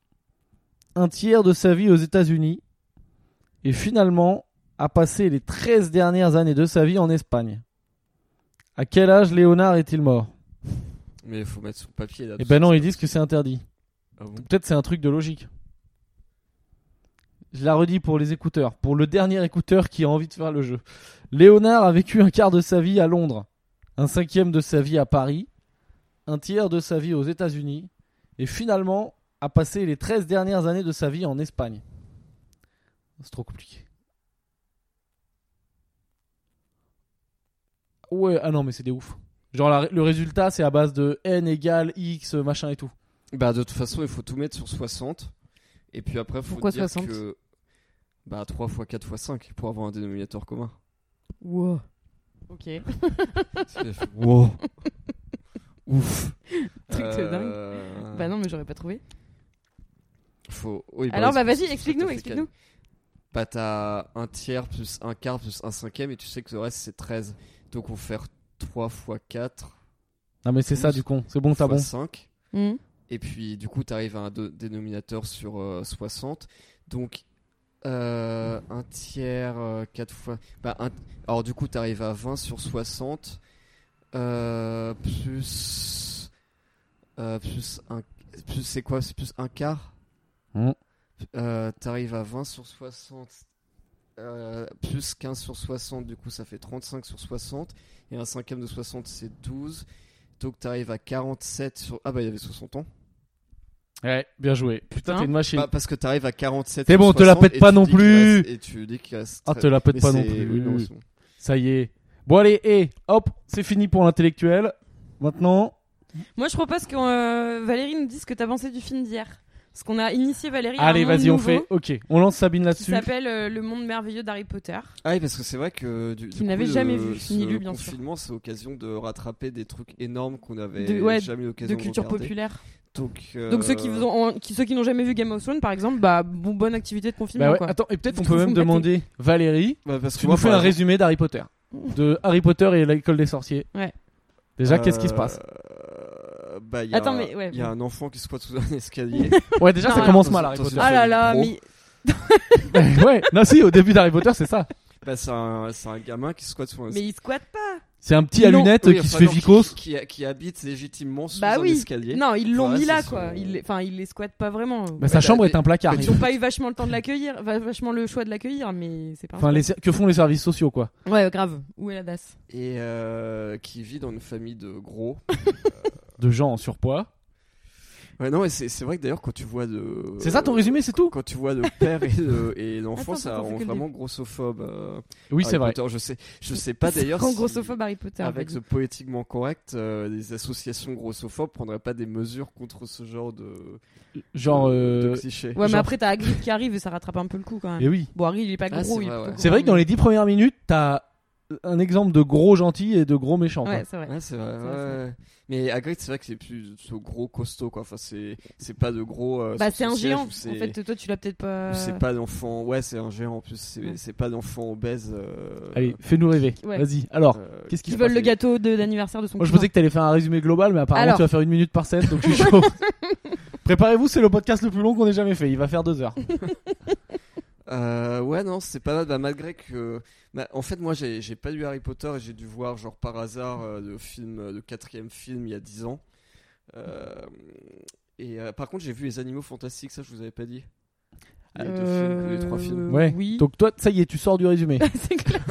S1: un tiers de sa vie aux États-Unis, et finalement a passé les 13 dernières années de sa vie en Espagne. À quel âge Léonard est-il mort
S3: Mais il faut mettre sur papier là.
S1: Eh
S3: tout
S1: ben
S3: ça,
S1: non,
S3: c'est
S1: ils disent que c'est interdit.
S3: pas- Ah bon
S1: Peut-être c'est un truc de logique. Je la redis pour les écouteurs, pour le dernier écouteur qui a envie de faire le jeu. Léonard a vécu un quart de sa vie à Londres, un cinquième de sa vie à Paris, un tiers de sa vie aux États-Unis, et finalement a passé les 13 dernières années de sa vie en Espagne. C'est trop compliqué. Ouais, ah non, mais c'est des ouf. Genre la- le résultat, c'est à base de n égale x machin et tout.
S3: Bah de toute façon, il faut tout mettre sur 60. Et puis après, faut
S2: Pourquoi
S3: dire
S2: 60?
S3: que bah 3 x 4 x 5 pour avoir un dénominateur commun.
S2: Wow. Ok.
S3: wow. Ouf.
S2: Truc de
S3: Euh,
S2: Bah non, mais j'aurais pas trouvé.
S3: Faut... oui,
S2: Alors, bah
S3: oui,
S2: vas-y,
S3: c'est- c'est
S2: explique-nous,
S3: tout à fait
S2: explique-nous.
S3: calme. Bah t'as un tiers plus un quart plus un cinquième et tu sais que le reste c'est 13. Donc on fait 3 x 4
S1: Non mais c'est ça
S3: Douze.
S1: du con, c'est bon,
S3: x
S1: t'as bon.
S3: 5.
S2: Hmm.
S3: Et puis, du coup, tu arrives à un do- dénominateur sur euh, 60. Donc, euh, un tiers, 4 fois. Bah, un- Alors, du coup, tu arrives à 20 sur 60. euh, plus. euh, plus un. Plus c'est quoi C'est plus un quart
S1: Mm.
S3: Euh, T'arrives à 20 sur 60. euh, plus 15 sur 60, du coup ça fait 35 sur 60. Et un cinquième de 60 c'est 12. Donc t'arrives à 47 sur... Ah bah il y avait 60 ans.
S1: Ouais, bien joué. Putain, t'es une machine.
S3: Pas Bah, parce que t'arrives à 47.
S1: C'est
S3: ou
S1: bon, te la
S3: 60,
S1: pète
S3: et
S1: pas
S3: tu
S1: non
S3: dis qu'il
S1: plus.
S3: reste- Et tu dis qu'il reste.
S1: Ah,
S3: très-
S1: te la pète
S3: Mais
S1: pas non
S3: c'est-
S1: plus.
S3: oui, non, c'est bon.
S1: Ça y est. Bon allez, et hop, c'est fini pour l'intellectuel. Maintenant,
S2: Moi, je propose que euh, Valérie nous dise ce que t'as pensé du film d'hier. Parce qu'on a initié Valérie. à un
S1: allez,
S2: monde
S1: vas-y, on
S2: nouveau
S1: fait. Ok, on lance Sabine
S2: Qui
S1: là-dessus.
S2: s'appelle euh, Le monde merveilleux d'Harry Potter.
S3: Ah oui, parce que c'est vrai que du,
S2: Qu'il n'avait jamais vu, ni lu,
S3: bien
S2: bien
S3: sûr.
S2: sûr.
S3: confinement, c'est l'occasion de rattraper des trucs énormes qu'on avait
S2: De- ouais,
S3: jamais eu
S2: De
S3: l'occasion de
S2: culture
S3: regarder.
S2: populaire.
S3: Donc, euh,
S2: Donc ceux qui, vous ont- qui- ceux qui n'ont jamais vu Game of Thrones, par exemple, bah bon, bonne activité de confinement.
S1: Bah ouais,
S2: quoi.
S1: attends, et peut-être
S2: Vous
S1: on peut même
S2: vous battez.
S1: demander Valérie,
S3: Bah, parce que
S1: tu
S3: moi,
S1: nous fais un
S3: par exemple,
S1: résumé d'Harry Potter. De Harry Potter et l'école des sorciers.
S2: Ouais.
S1: Déjà, qu'est-ce qui se
S3: euh,
S1: passe
S3: bah, il y a-
S2: Attends, mais ouais,
S3: Il y a
S2: bon.
S3: un enfant qui squatte sous un escalier.
S1: Ouais, déjà,
S2: Non,
S1: ça
S2: non,
S1: commence
S3: non,
S1: mal,
S3: non,
S1: Harry
S3: non,
S1: Potter.
S2: Ah là là,
S3: Gros.
S2: mais
S1: ouais, non, si, au début d'Harry Potter, c'est ça.
S3: bah, c'est un, c'est un gamin qui squatte sous un
S2: Mais
S3: escalier.
S2: il squatte pas.
S1: C'est un petit à
S2: Non.
S1: lunettes
S3: Oui,
S1: qui se
S3: enfin,
S1: fait
S3: non,
S1: vicose.
S3: Qui, qui habite légitimement sous
S2: Bah
S3: un
S2: oui.
S3: escalier.
S2: Non, ils l'ont
S3: Ouais,
S2: mis
S3: c'est
S2: là,
S3: son-
S2: quoi. Il les- Enfin, ils les squattent pas vraiment.
S1: Bah, sa
S3: Ouais,
S1: chambre
S3: bah,
S1: est un placard.
S3: mais
S2: Ils ont pas eu vachement le temps de l'accueillir, va- vachement le choix de l'accueillir, mais c'est pas. un
S1: Enfin, les... que font les services sociaux, quoi.
S2: squat. Ouais, grave. Où est la DAS
S3: et euh, qui vit dans une famille de gros.
S1: De gens en surpoids.
S3: Ouais, non, et c'est c'est vrai que d'ailleurs, quand tu vois de. euh,
S1: C'est ça ton résumé, c'est tout
S3: Quand tu vois le père et le- et l'enfant,
S2: Attends,
S3: ça
S2: pourquoi on fait
S3: rend
S2: que le
S3: vraiment grossophobe. euh,
S1: Oui,
S3: Harry
S1: c'est vrai.
S3: Potter. Je sais, je sais pas d'ailleurs.
S2: En
S3: si,
S2: grossophobe Harry Potter.
S3: Avec
S2: vas-y.
S3: ce poétiquement correct, euh, les associations grossophobes prendraient pas des mesures contre ce genre de,
S1: Genre.
S3: de-
S1: euh,
S3: de cliché.
S2: Ouais, mais
S1: genre-
S2: après t'as Hagrid qui arrive et ça rattrape un peu le coup quand même.
S1: Eh oui.
S2: Bon, Harry il est pas
S3: Ah,
S2: gros.
S3: c'est
S2: il est
S3: vrai,
S2: plutôt
S3: ouais.
S2: gros,
S1: C'est vrai que dans
S2: mais-
S1: les dix premières minutes, t'as un exemple de gros gentil et de gros méchant. quoi.
S2: Ouais, c'est vrai.
S3: Ouais, c'est vrai.
S2: C'est vrai, c'est
S3: ouais. Mais Hagrid, c'est vrai que c'est plus ce gros costaud quoi. Enfin, c'est c'est pas de gros. euh,
S2: Bah
S3: sous
S2: c'est
S3: son
S2: un
S3: siège
S2: géant. En
S3: où c'est-
S2: fait, toi tu l'as peut-être
S3: où
S2: pas.
S3: C'est pas d'enfant. Ouais, c'est un géant en plus.
S2: Ouais.
S3: C'est c'est pas d'enfant obèse. euh,
S1: Allez, fais-nous rêver.
S2: Ouais.
S1: Vas-y. Alors,
S3: euh,
S1: qu'est-ce qui
S2: Qui
S1: se
S2: veulent
S1: passe
S2: le gâteau de- d'anniversaire de son.
S1: Moi, je
S2: cousin.
S1: pensais que t'allais faire un résumé global, mais apparemment,
S2: Alors.
S1: tu vas faire une minute par scène, donc je suis chaud. Préparez-vous, c'est le podcast le plus long qu'on ait jamais fait. Il va faire deux heures.
S3: Euh, ouais, non, c'est pas mal. Bah, malgré que. bah, en fait, moi, j'ai j'ai pas lu Harry Potter et j'ai dû voir, genre par hasard, euh, le, film, euh, le quatrième film il y a 10 ans. Euh, et euh, par contre, j'ai vu Les Animaux Fantastiques, ça, je vous avais pas dit. Les deux films, les trois films.
S2: Euh,
S1: Ouais.
S2: oui.
S1: Donc, toi, ça y est, tu sors du résumé.
S2: C'est clair.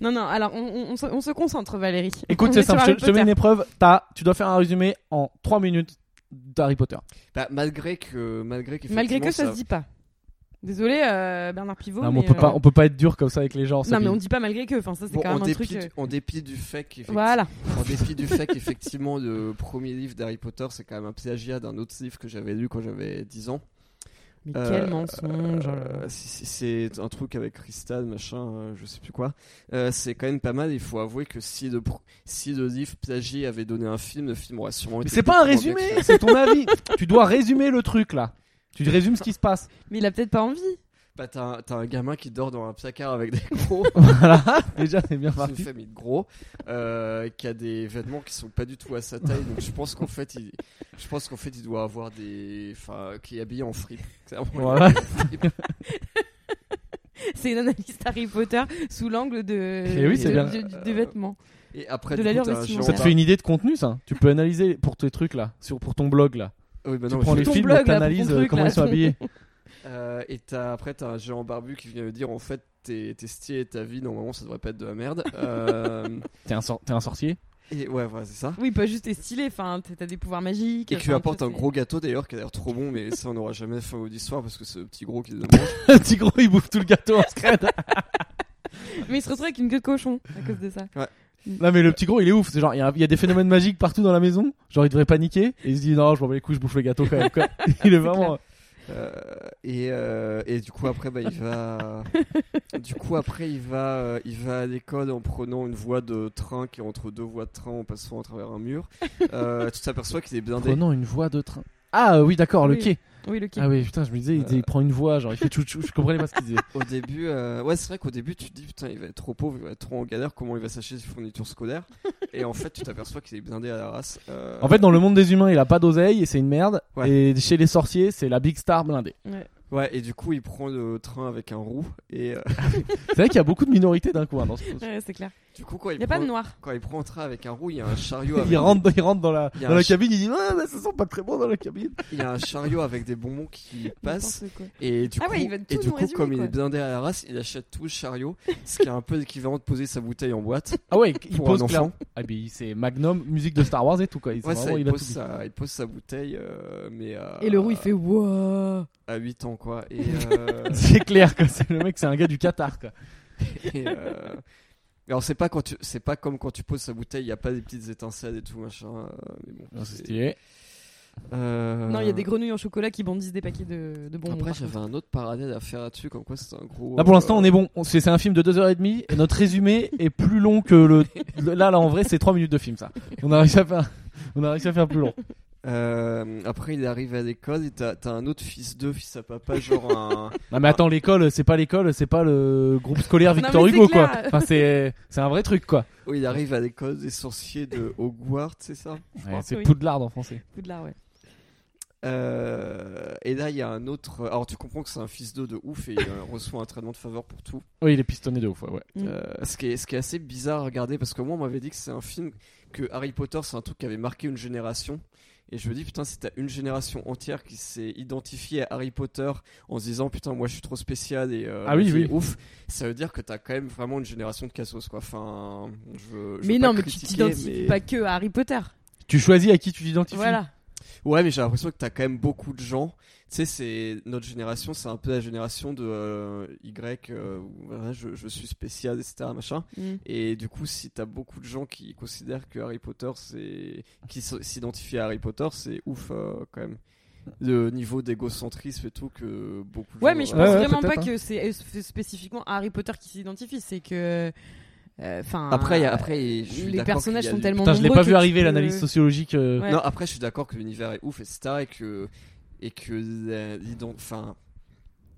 S2: non, non, alors on, on- on se, on se concentre, Valérie.
S1: Écoute,
S2: On
S1: c'est
S2: est sur
S1: simple. Je
S2: Harry
S1: te- je te mets
S2: Potter.
S1: une épreuve. T'as, tu dois faire un résumé en trois minutes d'Harry Potter.
S3: Bah, malgré que. Malgré, qu'effectivement,
S2: Malgré que ça, se dit pas. Désolé, euh, Bernard Pivot.
S1: Non, mais
S2: mais,
S1: on peut
S2: euh,
S1: pas, on peut pas être dur comme ça avec les gens.
S2: non,
S1: Sabine.
S2: mais on dit pas malgré que. Enfin, ça, c'est
S3: Bon,
S2: quand
S3: en,
S2: même un
S3: dépit,
S2: truc. euh,
S3: du- en dépit du fait qu'effectivement-
S2: Voilà.
S3: en dépit du fait qu'effectivement le premier livre d'Harry Potter c'est quand même un plagiat d'un autre livre que j'avais lu quand j'avais 10 ans.
S2: Mais
S3: Euh,
S2: quel mensonge. oh là là.
S3: Euh, si- si c'est un truc avec cristal, machin, euh, je sais plus quoi. Euh, c'est quand même pas mal. Il faut avouer que si le, pro- si le livre plagié avait donné un film, le film aurait sûrement
S1: Mais
S3: été
S1: c'est pas un
S3: beaucoup moins bien
S1: résumé,
S3: que ça.
S1: c'est ton avis. tu dois résumer le truc là. Tu résumes ce qui se passe.
S2: Mais il a peut-être pas envie.
S3: Bah, t'as un- t'as un gamin qui dort dans un placard avec des gros.
S1: Voilà, déjà c'est bien
S3: C'est une
S1: parti.
S3: famille de gros euh, qui a des vêtements qui sont pas du tout à sa taille. donc je pense qu'en fait, il, je pense qu'en fait, il doit avoir des, enfin, qui est habillé en fripe. Clairement, il est
S1: Voilà.
S3: habillé en fripe.
S2: C'est une analyse Harry Potter sous l'angle de,
S1: Eh oui,
S2: de-
S1: c'est bien.
S2: du- du- des vêtements.
S3: Et après,
S2: De
S3: du coup,
S2: l'allure
S3: t'as un
S2: vestimentaire.
S1: Ça te
S3: gendarme-
S1: fait une idée de contenu ça Tu peux analyser pour tes trucs là, sur pour ton blog là.
S3: Oui, bah
S1: Tu
S3: non,
S1: prends
S3: je-
S1: les
S2: Ton
S1: films
S2: blog,
S1: et
S2: là, pour
S1: t'analyses
S2: ton
S1: euh,
S2: truc,
S1: comment
S2: là.
S1: ils sont habillés.
S3: Euh, et t'as, après, t'as un géant barbu qui vient me dire en fait, tes, tes styles et ta vie, normalement, ça devrait pas être de la merde. Euh,
S1: T'es un, sor- t'es un sorcier
S3: et ouais, voilà, c'est ça.
S2: Oui, pas juste t'es stylé, enfin, t'as t'as des pouvoirs magiques.
S3: Et que tu
S2: enfin,
S3: apportes
S2: toi,
S3: un
S2: t'es-
S3: gros gâteau d'ailleurs, qui a l'air trop bon, mais ça, on n'aura jamais faim au d'histoire parce que c'est le petit gros qui le mange.
S1: Le petit gros il bouffe tout le gâteau en scred.
S2: Mais il se retrouve avec une queue de cochon à cause de ça.
S1: Non mais le petit gros il est ouf, c'est genre il y, a- il y a des phénomènes magiques partout dans la maison, genre il devrait paniquer et il se dit non je m'en bats les couilles je bouffe le gâteau quand même quoi. Il est vraiment...
S3: Euh, et, euh, et du coup, après, bah, il va. du coup, après, il va, euh, il va à l'école en prenant une voie de train qui est entre deux voies de train en passant à travers un mur. Euh, tu t'aperçois qu'il est blindé.
S1: Prenant une voie de train. Ah euh, oui d'accord le
S2: Oui.
S1: quai.
S2: Oui, le quai. Euh.
S1: Ah oui putain je me disais il, disait, il prend une voie genre il fait tchou tchou je comprenais pas ce qu'il disait.
S3: Au début, euh, ouais, c'est vrai qu'au début, tu te dis putain, il va être trop pauvre, il va être trop en galère, comment il va s'acheter ses fournitures scolaires Et en fait, tu t'aperçois qu'il est blindé à la race. euh,
S1: En fait dans le monde des humains il a pas d'oseille et c'est une merde
S3: Ouais.
S1: et chez les sorciers c'est la big star blindée.
S2: Ouais.
S3: Ouais, et du coup, il prend le train avec un roux. Et euh,
S1: C'est vrai qu'il y a beaucoup de minorités d'un coup hein, dans ce...
S2: Ouais, c'est clair.
S3: du coup, quand il,
S2: Il n'y a
S3: prend,
S2: pas de noir.
S3: quand il prend un train avec un roux, il y a un chariot avec,
S1: Il rentre, il rentre dans la,
S3: Il y a
S1: dans
S3: un
S1: la
S3: ch-
S1: cabine, il dit ah, mais ça sent pas très bon dans la cabine.
S3: il y a un chariot avec des bonbons qui passent.
S2: N'importe quoi.
S3: Et du
S2: Ah
S3: coup,
S2: ouais, ils veulent
S3: et
S2: tout
S3: du
S2: nous
S3: coup
S2: résumer,
S3: comme il
S2: quoi.
S3: est blindé à la race, il achète tout le chariot, ce qui est un peu l'équivalent de poser sa bouteille en boîte
S1: Ah ouais, il
S3: pour
S1: pose
S3: un
S1: clair.
S3: enfant.
S1: Ah ben c'est Magnum, musique de Star Wars et tout quoi. Il,
S3: Ouais, ça,
S1: vraiment,
S3: il,
S1: il a tout
S3: pose
S1: dit.
S3: sa, il pose sa bouteille, euh, mais à,
S2: Et le roux, il
S3: Euh,
S2: fait Wouah
S3: à 8 ans, quoi. Et, euh,
S1: C'est clair quoi. C'est le mec, c'est un gars du Qatar quoi.
S3: et, euh, alors, c'est pas, quand tu- c'est pas comme quand tu poses sa bouteille, il n'y a pas des petites étincelles et tout, machin. euh, mais bon,
S1: Non, c'est
S3: c'est-
S1: stylé.
S3: Euh,
S2: Non, il y a des grenouilles en chocolat qui bondissent des paquets de, de bonbons.
S3: Après,
S2: par
S3: j'avais un autre parallèle à faire là-dessus, comme quoi c'est un gros.
S1: Là Ah, pour l'instant,
S3: euh,
S1: on est bon. On- C'est c'est un film de 2h30 et notre résumé est plus long que le. le- Là, là en vrai, c'est 3 minutes de film ça. On a réussi à faire, on a réussi à faire plus long.
S3: euh, après, il arrive à l'école et t'as t'as un autre fils d'eux, fils à papa, genre un.
S1: Non mais attends, l'école, c'est pas l'école, c'est pas le groupe scolaire
S2: Non, mais
S1: Victor
S2: c'est
S1: Hugo quoi.
S2: clair.
S1: Enfin, c'est c'est un vrai truc quoi.
S3: Oui, il arrive à l'école des sorciers de Hogwarts, c'est ça
S1: Ouais, c'est
S2: oui.
S1: Poudlard en français.
S2: contre. Poudlard, ouais.
S3: Euh, Et là, il y a un autre. Alors, tu comprends que c'est un fils d'eux de ouf et il euh, reçoit un traitement de faveur pour tout.
S1: Oui, il est pistonné de ouf. ouais, ouais.
S2: Mm.
S3: Euh, ce, qui est, ce qui est assez bizarre à regarder parce que moi, on m'avait dit que c'est un film. Que Harry Potter, c'est un truc qui avait marqué une génération. Et je me dis, putain, si t'as une génération entière qui s'est identifiée à Harry Potter en se disant, putain, moi je suis trop spécial et euh,
S1: Ah oui,
S3: ma vie
S1: oui.
S3: est ouf, ça veut dire que t'as quand même vraiment une génération de cassos, quoi. Enfin, je, je veux
S2: Mais
S3: pas
S2: non, mais tu
S3: critiquer,
S2: t'identifies
S3: mais-
S2: pas que à Harry Potter.
S1: Tu choisis à qui tu t'identifies.
S2: Voilà.
S3: Ouais, mais j'ai l'impression que t'as quand même beaucoup de gens. Tu sais, c'est notre génération, c'est un peu la génération de euh, Y, euh, où, voilà, je, je suis spécial, etc., machin.
S2: Mm.
S3: Et du coup, si t'as beaucoup de gens qui considèrent que Harry Potter, c'est. qui s- s'identifient à Harry Potter, c'est ouf euh, quand même. Le niveau d'égocentrisme et tout que beaucoup de
S2: Ouais,
S3: gens. euh,
S2: mais je
S1: Ouais,
S2: pense
S1: ouais,
S2: vraiment pas
S1: peut-être, hein.
S2: que c'est euh, c'est spécifiquement Harry Potter qui s'identifie, c'est que. euh, Enfin.
S3: Après, il y a- après, je suis
S2: les
S3: d'accord
S2: personnages
S3: qu'il y a
S2: sont
S3: du-
S2: tellement.
S1: Putain, je l'ai
S2: nombreux
S1: pas vu
S2: que tu
S1: arriver
S2: peux-
S1: l'analyse sociologique. euh,
S2: Ouais.
S3: Non, après, je suis d'accord que l'univers est ouf, etc. Et que. Et que. la- l'ident- Enfin.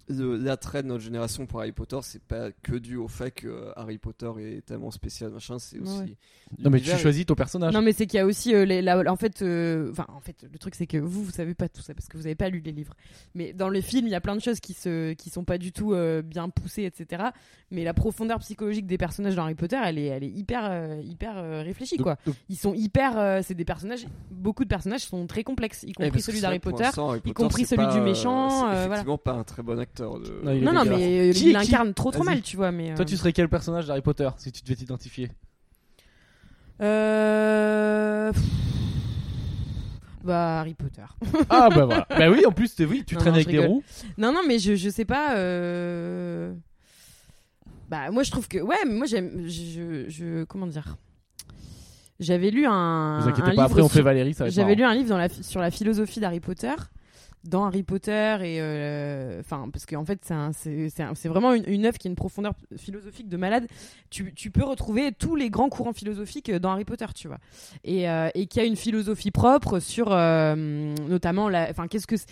S3: le- L'attrait de notre génération pour Harry Potter, c'est pas que dû au fait que euh, Harry Potter est tellement spécial, machin, c'est aussi.
S2: Ouais.
S1: Non mais tu
S3: l'univers est-
S1: choisis ton personnage.
S2: Non, mais c'est qu'il y a aussi. euh, les- la- en fait, euh, enfin, en fait, le truc c'est que vous, vous savez pas tout ça parce que vous avez pas lu les livres. Mais dans les films, il y a plein de choses qui se, qui sont pas du tout euh, bien poussées, etc. Mais la profondeur psychologique des personnages dans Harry Potter, elle est, elle est hyper, euh, hyper euh, réfléchie,
S1: Donc-
S2: quoi.
S1: donc-
S2: Ils sont hyper. euh, c'est des personnages. Beaucoup de personnages sont très complexes,
S1: Eh,
S2: y
S3: Ouais,
S2: compris
S3: Eh, parce que
S2: celui
S3: c'est
S2: d'Harry
S3: vrai que pour
S2: Potter.
S3: l'instant, Harry Potter,
S2: compris
S3: c'est
S2: celui
S3: pas,
S2: du
S3: euh,
S2: méchant,
S3: C'est
S2: euh, voilà.
S3: effectivement pas un très bon acteur. de-
S1: Non, il est
S2: Non, non,
S1: dégueulasse.
S2: mais euh,
S1: Qui-
S2: il
S1: qui-
S2: l'incarne trop, trop
S1: Vas-y.
S2: mal, tu vois. Mais euh,
S1: Toi, tu serais quel personnage d'Harry Potter si tu devais t'identifier
S2: euh, pff, Bah, Harry Potter.
S1: Ah bah voilà. bah oui, en plus, t'es- oui, tu
S2: Non,
S1: traînes
S2: non,
S1: avec
S2: je
S1: des
S2: rigole.
S1: roues.
S2: Non, non, mais je, je sais pas. euh, Bah, moi, je trouve que. Ouais, mais moi, j'aime. Je, je- je- Comment dire J'avais lu un.
S1: Vous inquiétez
S2: un
S1: pas,
S2: livre
S1: après on
S2: sur-
S1: fait Valérie, ça va être
S2: J'avais
S1: marrant.
S2: lu un livre dans la, sur la philosophie d'Harry Potter. Dans Harry Potter, et. euh, Enfin, parce qu'en fait, c'est un- c'est c'est un- c'est vraiment une, une œuvre qui a une profondeur philosophique de malade. Tu, tu peux retrouver tous les grands courants philosophiques dans Harry Potter, tu vois. Et, euh, et qui a une philosophie propre sur. euh, notamment, la- euh, enfin, qu'est-ce que. c'est-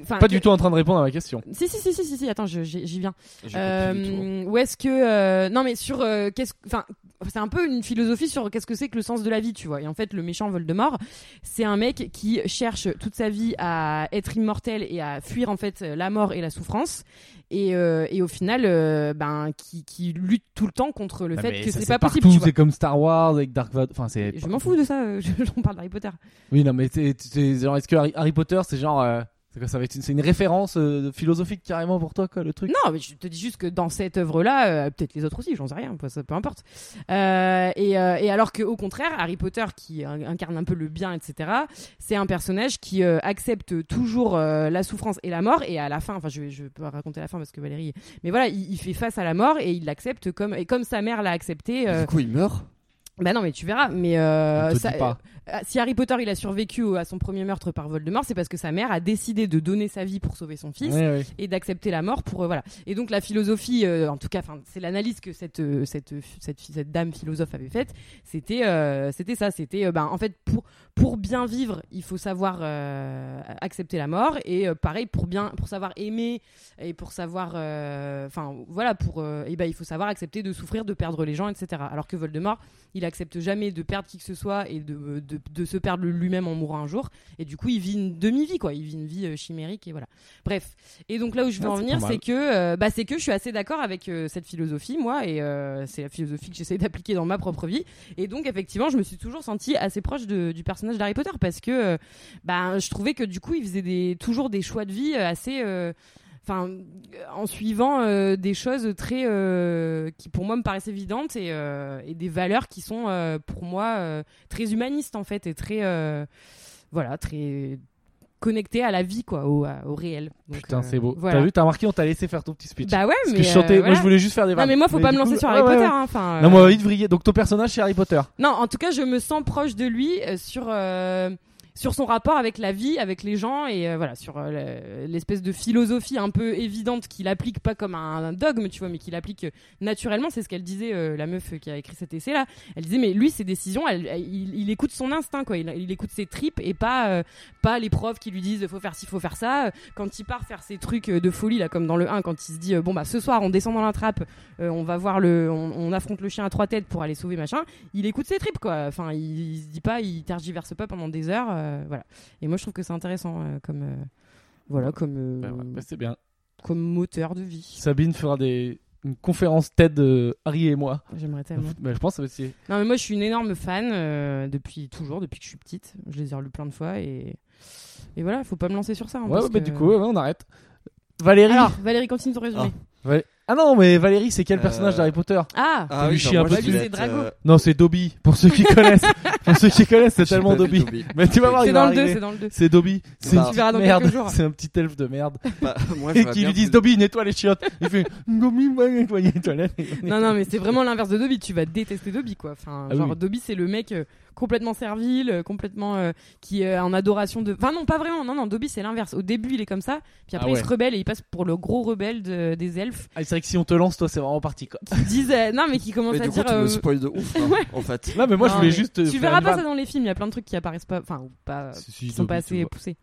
S2: Enfin,
S1: Pas
S2: que-
S1: du tout en train de répondre à ma question.
S2: Si, si, si, si, si, si, attends, je- j'y j'y viens.
S3: J'ai pas plus du tout.
S2: Euh, ou est-ce que euh, non mais sur euh, qu'est-ce enfin c'est un peu une philosophie sur qu'est-ce que c'est que le sens de la vie tu vois et en fait le méchant Voldemort c'est un mec qui cherche toute sa vie à être immortel et à fuir en fait la mort et la souffrance et, euh, et au final euh, ben qui, qui lutte tout le temps contre le
S1: Ah,
S2: fait
S1: mais
S2: que
S1: ça,
S2: c'est pas
S1: partout,
S2: possible tu vois.
S1: C'est comme Star Wars avec Dark Vador. Enfin, c'est.
S2: je m'en fous de ça euh, je- j'en parle d'Harry Potter
S1: Oui, non, mais c'est- c'est genre, est-ce que Harry, Harry Potter, c'est genre. euh, c'est quoi, ça va être une, c'est une référence euh, philosophique carrément pour toi, quoi, le truc
S2: Non, mais je te dis juste que dans cette œuvre-là, euh, peut-être les autres aussi, j'en sais rien, peu, ça, peu importe. Euh, et, euh, et alors qu'au contraire, Harry Potter, qui in- incarne un peu le bien, etc., c'est un personnage qui euh, accepte toujours euh, la souffrance et la mort, et à la fin, enfin, je, vais- je peux pas raconter la fin parce que Valérie. Mais voilà, il, il fait face à la mort et il l'accepte comme, et comme sa mère l'a accepté. euh,
S3: Du coup, il meurt.
S2: bah non, mais tu verras, mais euh,
S1: On te
S2: ça-
S1: dit pas.
S2: euh, si Harry Potter il a survécu au- à son premier meurtre par Voldemort, c'est parce que sa mère a décidé de donner sa vie pour sauver son fils
S1: Ouais, ouais.
S2: et d'accepter la mort pour euh, voilà. Et donc la philosophie, euh, en tout cas, enfin c'est l'analyse que cette, euh, cette euh, cette fi- cette dame philosophe avait faite. C'était euh, c'était ça. C'était euh, ben, en fait pour pour bien vivre, il faut savoir euh, accepter la mort et euh, pareil pour bien pour savoir aimer et pour savoir euh, enfin voilà pour euh, eh ben il faut savoir accepter de souffrir, de perdre les gens, etc. Alors que Voldemort, il accepte jamais de perdre qui que ce soit et de euh, de, de se perdre lui-même en mourant un jour. Et du coup, il vit une demi-vie quoi. Il vit une vie euh, chimérique et voilà. Bref. Et donc là où je veux
S1: Ah,
S2: en
S1: c'est
S2: venir,
S1: pas mal.
S2: c'est que, euh, bah, c'est que je suis assez d'accord avec euh, cette philosophie, moi, et euh, c'est la philosophie que j'essaie d'appliquer dans ma propre vie. Et donc effectivement, je me suis toujours sentie assez proche de- du personnage d'Harry Potter parce que, euh, bah, je trouvais que du coup, il faisait des, toujours des choix de vie euh, assez, euh, enfin, euh, en suivant euh, des choses très, euh, qui pour moi me paraissent évidentes et, euh, et des valeurs qui sont euh, pour moi euh, très humanistes en fait et très, euh, voilà, très connectées à la vie quoi, au, à- au réel. Donc,
S1: Putain,
S2: euh,
S1: c'est beau.
S2: voilà.
S1: T'as vu, t'as remarqué, on t'a laissé faire ton petit speech.
S2: Bah ouais,
S1: Parce
S2: mais.
S1: que je chantais-
S2: euh,
S1: moi
S2: voilà.
S1: je voulais juste faire des
S2: Non,
S1: vannes.
S2: mais moi, faut pas
S1: du
S2: me lancer
S1: coup,
S2: sur Harry
S1: ouais, ouais,
S2: Potter.
S1: ouais.
S2: hein, enfin,
S1: Non,
S2: euh,
S1: mais on va vite vriller. Donc ton personnage, c'est Harry Potter.
S2: non, en tout cas, je me sens proche de lui euh, sur. euh, Sur son rapport avec la vie, avec les gens, et euh, voilà, sur euh, le- l'espèce de philosophie un peu évidente qu'il applique pas comme un, un dogme, tu vois, mais qu'il applique euh, naturellement. C'est ce qu'elle disait, euh, la meuf qui a écrit cet essai-là. Elle disait, mais lui, ses décisions, elle- elle- il, il écoute son instinct, quoi. Il, il écoute ses tripes et pas, euh, pas les profs qui lui disent, faut faire ci, faut faire ça. Quand il part faire ses trucs euh, de folie, là, comme dans le 1, quand il se dit, euh, bon, bah, ce soir, on descend dans la trappe, euh, on va voir le, on- on affronte le chien à trois têtes pour aller sauver machin il écoute ses tripes quoi. Enfin, il, il se dit pas, il tergiverse pas pendant des heures, euh, voilà. Et moi, je trouve que c'est intéressant euh, comme euh, voilà, comme euh,
S1: Bah, ouais, bah, c'est bien.
S2: comme moteur de vie.
S1: Sabine fera des... une conférence TED de Harry et moi.
S2: J'aimerais tellement.
S1: Bah, je pense que ça va être-
S2: Non, mais moi, je suis une énorme fan euh, depuis toujours, depuis que je suis petite. Je les ai relus plein de fois et et voilà, faut pas me lancer sur ça. hein,
S1: Ouais,
S2: parce
S1: ouais, bah,
S2: que-
S1: du coup, ouais, ouais, on arrête. Valérie.
S2: Alors, Valérie, continue ton résumé.
S1: Val- Ah non, mais Valérie, c'est quel
S3: Euh,
S1: personnage d'Harry Potter
S2: Ah,
S1: T'as
S3: oui,
S1: vu, je
S3: non,
S1: suis un
S3: moi,
S1: peu
S3: je devais
S2: c'est
S3: être,
S2: Drago.
S3: euh,
S1: Non, c'est Dobby. Pour ceux qui connaissent, pour ceux qui connaissent, c'est
S3: j'ai
S1: tellement
S3: pas vu
S1: Dobby. Mais tu vas voir,
S2: c'est
S1: Ah, il va
S2: dans le 2,
S1: arriver.
S2: c'est dans le 2.
S1: C'est Dobby. C'est
S3: Bah,
S1: une
S3: tu
S2: verras
S1: petite
S2: dans
S1: merde.
S2: quelques jours.
S1: C'est un petit elfe de merde.
S3: Bah, moi,
S1: Et
S3: j'aurais
S1: qui
S3: bien
S1: lui disent
S3: voulu-
S1: Dobby, nettoie les chiottes. Il fait Dobby, va nettoyer les toilettes.
S2: Non, non, mais c'est vraiment l'inverse de Dobby. Tu vas détester Dobby, quoi. Enfin,
S1: Ah
S2: genre,
S1: oui.
S2: Dobby, c'est le mec euh, complètement servile, euh, complètement euh, qui est en adoration de. Enfin, non, pas vraiment. Non, non, Dobby, c'est l'inverse. Au début, il est comme ça. Puis après,
S1: Ah ouais.
S2: il se rebelle et il passe pour le gros rebelle de- des elfes
S1: Ah, c'est vrai que si on te lance, toi, c'est vraiment parti quoi.
S2: qui disent. euh, non, mais qui commencent
S3: Mais
S2: à
S3: du coup,
S2: dire.
S3: tu me
S2: euh,
S3: spoil de ouf, hein, en fait.
S1: Non, mais moi, je
S2: non,
S1: voulais
S2: mais
S1: juste. euh,
S2: Tu verras pas ça dans les films. Il y a plein de trucs qui apparaissent pas. Enfin, ou pas. euh, qui sont pas assez poussés.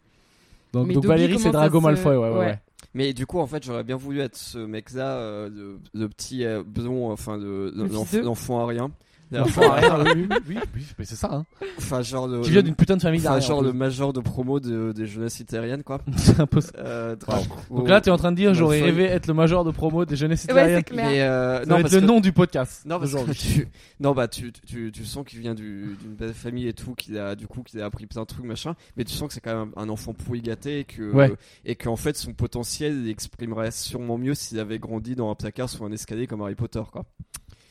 S1: Donc,
S2: Mais
S1: donc
S2: Dobby
S1: Valérie, c'est
S2: commence à
S1: Drago
S2: se-
S1: Malfoy, ouais, ouais.
S2: ouais.
S1: ouais.
S3: Mais du coup, en fait, j'aurais bien voulu être ce mec-là, euh, de, de petit euh, blond, enfin, de,
S2: Le fils
S3: d'enf-
S2: de-
S3: d'enfant à rien.
S1: Enfin, ouais, ouais, oui, oui, oui, mais c'est ça, hein.
S3: Enfin, genre de.
S1: Qui vient d'une putain de famille
S3: Enfin,
S1: d'Harry. en
S3: genre le
S1: plus.
S3: major de promo de, des jeunesses italiennes, quoi.
S1: C'est un peu ça.
S3: Euh, Drago.
S1: Donc là, t'es en train de dire, j'aurais
S3: Malfoy.
S1: rêvé être le major de promo des jeunesses
S2: Ouais, c'est
S1: italiennes.
S2: clair.
S3: Mais, euh,
S1: Ça
S3: non,
S1: va être
S3: parce
S1: le
S3: que-
S1: nom du podcast.
S3: Non, parce que
S1: d'aujourd'hui.
S3: tu... non, bah, tu, tu, tu sens qu'il vient du- d'une belle famille et tout, qu'il a, du coup, qu'il a appris plein de trucs, machin, mais tu sens que c'est quand même un enfant pourri gâté et que,
S1: Ouais.
S3: et qu'en fait, son potentiel il exprimerait sûrement mieux s'il avait grandi dans un placard sous un escalier comme Harry Potter, quoi.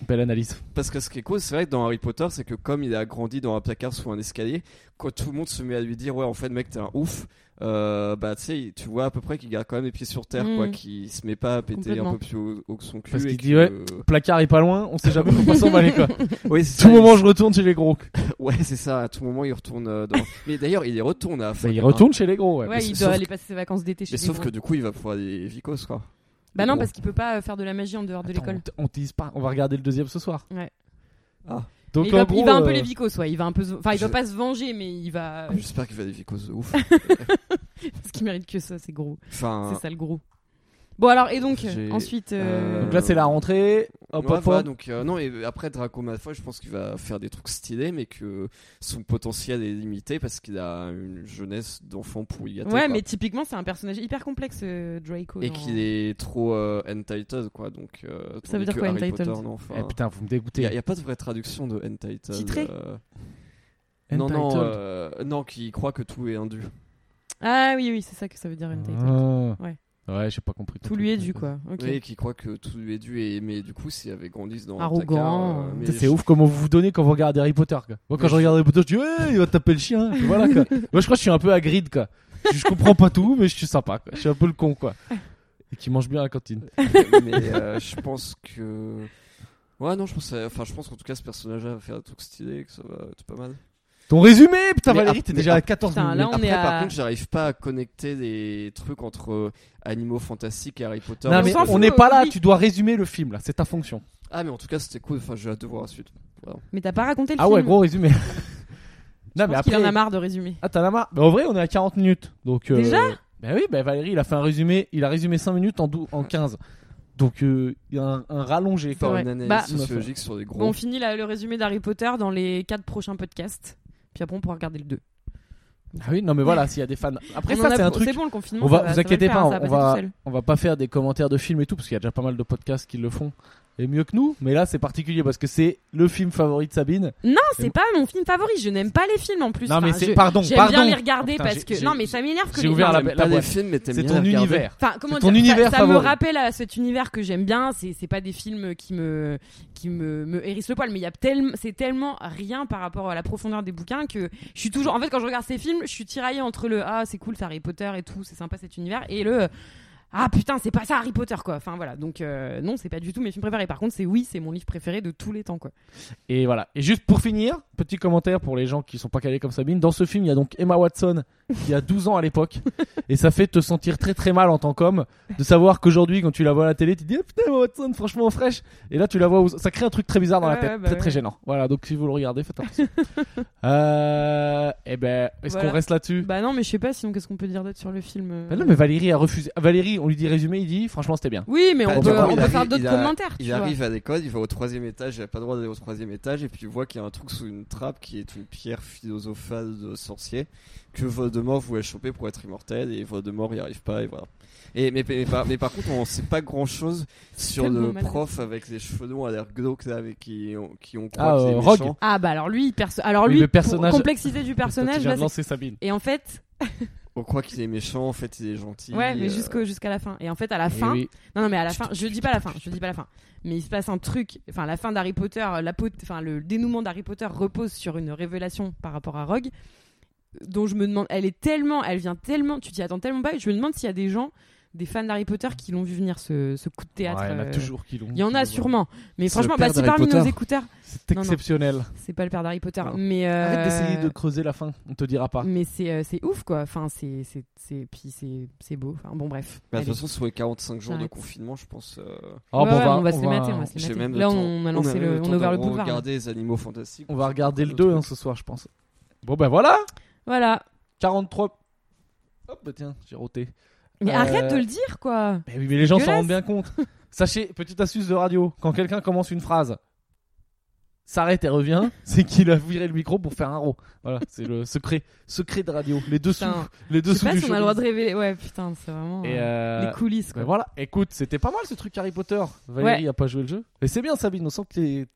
S1: Belle analyse.
S3: Parce que ce qui est cool, c'est vrai que dans Harry Potter, c'est que comme il a grandi dans un placard sous un escalier, quand tout le monde se met à lui dire, ouais, en fait, mec, t'es un ouf, euh, bah, tu sais, tu vois à peu près qu'il garde quand même les pieds sur terre,
S2: Mm.
S3: quoi, qu'il se met pas à péter un
S2: Complètement.
S3: peu plus haut, haut que son cul.
S1: Parce qu'il
S3: et que-
S1: dit, ouais. Placard est pas loin, on sait jamais qu'on s'en va quoi.
S3: Oui, c'est
S1: Tout
S3: ça, il-
S1: moment, je retourne chez les gros.
S3: Ouais, c'est ça, à tout moment il retourne euh, dans. Mais d'ailleurs, il y retourne à la fin.
S1: Bah, il retourne chez les gros, ouais.
S2: Ouais,
S3: mais
S2: il
S3: sauf
S2: doit
S3: que-
S2: aller passer ses vacances d'été chez
S3: Mais
S2: les
S3: sauf
S2: gros.
S3: que du coup, il va pouvoir aller vicos quoi.
S2: Bah
S3: Bon.
S2: non, parce qu'il peut pas euh, faire de la magie en dehors de
S1: Attends,
S2: l'école.
S1: on t- on tease pas, on va regarder le deuxième ce soir.
S3: Ah.
S1: Donc,
S2: Mais il, va,
S1: en gros,
S2: il va un peu
S1: euh,
S2: les vicos, ouais. Il va un peu, se- enfin, il va
S3: je- Ah,
S2: pas se venger, mais il va. euh,
S3: J'espère qu'il va des vicos de ouf.
S2: Ce qui mérite que ça, c'est gros.
S3: Enfin,
S2: C'est ça le gros. Bon alors et donc
S3: Ah. J'ai-
S2: ensuite.
S3: euh,
S2: euh,
S1: Donc là, c'est la rentrée. Hop,
S3: ouais,
S1: hop,
S3: voilà,
S1: hop.
S3: donc euh, non et après Draco Malfoy, je pense qu'il va faire des trucs stylés, mais que son potentiel est limité parce qu'il a une jeunesse d'enfant pourri gâté.
S2: Ouais,
S3: quoi.
S2: mais typiquement c'est un personnage hyper complexe euh, Draco.
S3: et
S2: dans-
S3: qu'il est trop euh, entitled quoi, donc. euh, tandis
S2: veut dire
S3: que
S2: quoi,
S3: Harry
S2: entitled
S3: Potter, non, enfin,
S1: Eh, putain, vous me
S3: Il
S1: dégoûtez.
S3: n'y a, y a pas de vraie traduction de entitled.
S2: Titré
S3: euh, Non, non,
S1: Entitled.
S3: euh, non, qui croit que tout est indu.
S2: Ah oui oui c'est ça que ça veut dire une
S1: Ah.
S2: Ouais.
S1: Ouais, j'ai pas compris. ton
S2: Tout lui
S1: truc,
S2: est
S1: mais-
S2: dû quoi. Ok.
S3: Oui, qui croit que tout lui est dû. Et, mais du coup, s'il avait grandi dans.
S2: Arrogant.
S3: Dakar, euh, mais
S1: Putain, C'est
S3: je-
S1: ouf comment vous vous donnez quand vous regardez Harry Potter. Quoi. Moi, quand
S3: Mais
S1: je
S3: je-
S1: regarde Harry Potter, je dis ouais, il va taper le chien. Et voilà quoi. Moi, je crois que je suis un peu agride quoi. Je, je comprends pas tout, mais je suis sympa. Quoi. Je suis un peu le con quoi. Et qui mange bien à la cantine.
S3: mais euh, je pense que. Ouais, non, je pense, que- enfin, je pense qu'en tout cas, ce personnage-là va faire un truc stylé, que ça va être pas mal.
S1: Ton résumé, putain,
S3: Mais
S1: Valérie,
S3: ap-
S1: t'es
S3: mais ah,
S1: déjà à
S3: ap-
S1: 14
S2: Putain,
S1: minutes.
S2: là, on
S3: Après,
S2: est à-
S3: par contre, j'arrive pas à connecter des trucs entre euh, animaux fantastiques et Harry Potter.
S1: Non,
S2: on
S1: mais
S2: s'en
S1: on
S2: fout,
S1: n'est pas là,
S2: oublie.
S1: tu dois résumer le film là, c'est ta fonction.
S3: Ah, mais en tout cas, c'était cool. Enfin, j'ai hâte de voir la suite.
S2: Mais t'as pas raconté le
S1: Ah
S2: film.
S1: ouais, gros résumé.
S2: Je
S1: non, mais
S2: pense qu'il
S1: après.
S2: en a marre de résumer.
S1: Ah, t'en as marre Mais en vrai, on est à 40 minutes. Donc, euh,
S2: Déjà
S1: Ben oui, ben Valérie, il a fait un résumé, il a résumé 5 minutes en, dou- en 15. Donc, euh, il y a un, un rallongé
S3: Faire
S1: quoi.
S2: vrai.
S3: une analyse
S2: Bah-
S3: sociologique sur des gros.
S2: Bon, on finit la- le résumé d'Harry Potter dans les quatre prochains podcasts. Puis après on pourra regarder le 2
S1: Ah oui, non, mais voilà, s'il y a des fans. Après, ça, c'est un truc.
S2: C'est bon le confinement.
S1: On
S2: ça
S1: va,
S2: ça
S1: vous inquiétez
S2: le faire,
S1: pas,
S2: ça
S1: on,
S2: passer tout
S1: va,
S2: seul.
S1: on va pas faire des commentaires de films et tout, parce qu'il y a déjà pas mal de podcasts qui le font, et mieux que nous, mais là c'est particulier parce que c'est le film favori de Sabine.
S2: Non,
S1: Et
S2: c'est pas mon film favori. Je n'aime pas les films en plus.
S1: non mais
S2: Enfin,
S1: c'est,
S2: je-
S1: pardon,
S2: J'aime
S1: pardon.
S2: bien les regarder
S1: Oh, putain,
S2: parce
S1: j'ai-
S2: que.
S1: j'ai-
S2: Non, mais ça m'énerve que
S1: j'ai
S2: les-
S1: ouvert
S2: non,
S1: la-
S2: mais-
S3: T'aimes pas les
S1: boîte.
S3: films, mais t'aimes
S1: C'est
S3: bien
S1: ton
S3: les regarder.
S1: univers.
S2: Enfin, comment
S1: C'est ton
S2: dire, ça-
S1: univers
S2: ça, me
S1: favori.
S2: rappelle à cet univers que j'aime bien. C'est c'est pas des films qui me qui me, me hérissent le poil, mais il y a tellement c'est tellement rien par rapport à la profondeur des bouquins que je suis toujours. En fait, quand je regarde ces films, je suis tiraillée entre le ah c'est cool, c'est Harry Potter et tout, c'est sympa cet univers et le ah putain c'est pas ça Harry Potter quoi. Enfin voilà donc euh, non c'est pas du tout mes films préférés. Par contre c'est oui c'est mon livre préféré de tous les temps quoi.
S1: Et voilà. Et juste pour finir, petit commentaire pour les gens qui sont pas calés comme Sabine. Dans ce film, il y a donc Emma Watson qui a 12 ans à l'époque, et ça fait te sentir très très mal en tant qu'homme de savoir qu'aujourd'hui, quand tu la vois à la télé, tu te dis Ah, putain Emma Watson, franchement fraîche. Et là, tu la vois, aux- ça crée un truc très bizarre dans la
S2: Ouais,
S1: tête,
S2: ouais, bah
S1: très
S2: ouais.
S1: très gênant. Voilà. Donc si vous le regardez, faites attention. euh, et ben, est-ce
S2: Voilà.
S1: qu'on reste là-dessus
S2: Bah non mais je sais pas sinon qu'est-ce qu'on peut dire d'autre sur le film. euh.
S1: Bah non, mais Valérie a refusé. Ah, Valérie, on lui dit résumé, il dit franchement c'était bien.
S2: Oui mais
S3: Bah,
S2: on
S1: du
S2: peut,
S1: coup,
S2: on
S1: il
S2: peut
S3: arrive-
S2: faire
S3: il
S2: d'autres
S3: a-
S2: commentaires. tu
S3: Il
S2: vois.
S3: arrive à l'école, il va au troisième étage, il a pas le droit d'aller au troisième étage, et puis il voit qu'il y a un truc sous une trappe qui est une pierre philosophale de sorcier que Voldemort voulait choper pour être immortel, et Voldemort y arrive pas, et voilà. Et, mais, mais par, mais par contre, on sait pas grand chose sur
S2: tellement
S3: le
S2: mal
S3: prof avec les cheveux noirs à l'air glauque là, avec qui on, qui on
S1: Ah,
S3: croit qu'il
S1: euh,
S3: est
S1: Rogue.
S3: méchant.
S2: Ah bah alors lui, perso- alors
S1: Oui,
S2: lui,
S1: le personnage-
S2: pour complexité du personnage,
S1: Tu viens
S2: là,
S1: de lancer Sabine.
S2: c'est- et en fait,
S3: On croit qu'il est méchant, en fait il est gentil.
S2: ouais, mais
S3: euh,
S2: jusqu'au jusqu'à la fin. Et en fait, à la
S1: Eh
S2: fin,
S1: oui.
S2: non, non, mais à la fin, je dis pas la fin, je dis pas la fin, mais il se passe un truc. Enfin, la fin d'Harry Potter, euh, la pot- enfin le dénouement d'Harry Potter repose sur une révélation par rapport à Rogue, dont je me demande, elle est tellement, elle vient tellement, tu t'y attends tellement pas. et Je me demande s'il y a des gens, des fans d'Harry Potter qui l'ont vu venir ce, ce coup de théâtre.
S1: Ouais, il y en a
S2: euh,
S1: toujours qui l'ont.
S2: Il y en
S1: qui l'ont.
S2: a sûrement, mais
S3: C'est le
S2: franchement, bah,
S3: père
S2: si
S3: d'Harry
S2: parmi nos
S3: Potter.
S2: écouteurs,
S1: C'est
S2: Non, non.
S1: exceptionnel.
S2: c'est pas le père d'Harry Potter,
S3: Non.
S2: mais
S1: Arrête d'essayer
S2: euh,
S1: de creuser la fin, on te dira pas.
S2: Mais c'est euh, c'est ouf quoi. Enfin c'est c'est c'est puis c'est c'est beau. Enfin bon bref.
S3: bah, de toute
S2: Allez.
S3: façon, sur les 45 jours de
S2: J'arrête.
S3: confinement, je pense. euh,
S1: Ah,
S2: Ouais,
S1: bon,
S2: ouais, on va se
S1: on
S2: les mater, on va se les
S3: j'ai
S2: mater.
S3: même le
S2: Là
S3: temps-
S2: on a lancé
S3: même
S2: le,
S3: temps
S2: on a ouvert
S3: de
S2: le boulevard. là.
S3: regarder les animaux fantastiques.
S1: on va regarder le
S3: Autre
S1: 2 hein,
S3: truc.
S1: ce soir, je pense. Bon, ben voilà,
S2: Voilà.
S1: 43. Hop, bah tiens, j'ai roté.
S2: Mais
S1: Euh,
S2: arrête de le dire quoi.
S1: Mais oui, mais les gens s'en
S2: dégueulasse.
S1: rendent bien compte. Sachez, petite astuce de radio, quand quelqu'un commence une phrase, s'arrête et revient, c'est qu'il a viré le micro pour faire un row. Voilà, c'est le secret, secret de radio. Les dessous,
S2: Putain.
S1: les
S2: Je
S1: dessous
S2: sais pas
S1: du
S2: si on a le droit de
S1: showbiz.
S2: révéler. Ouais putain c'est vraiment
S1: Et
S2: euh,
S1: euh,
S2: les coulisses
S1: ben
S2: quoi.
S1: voilà, écoute, c'était pas mal ce truc Harry Potter. Valérie a pas joué le jeu. Mais c'est bien Sabine, on sent que t'es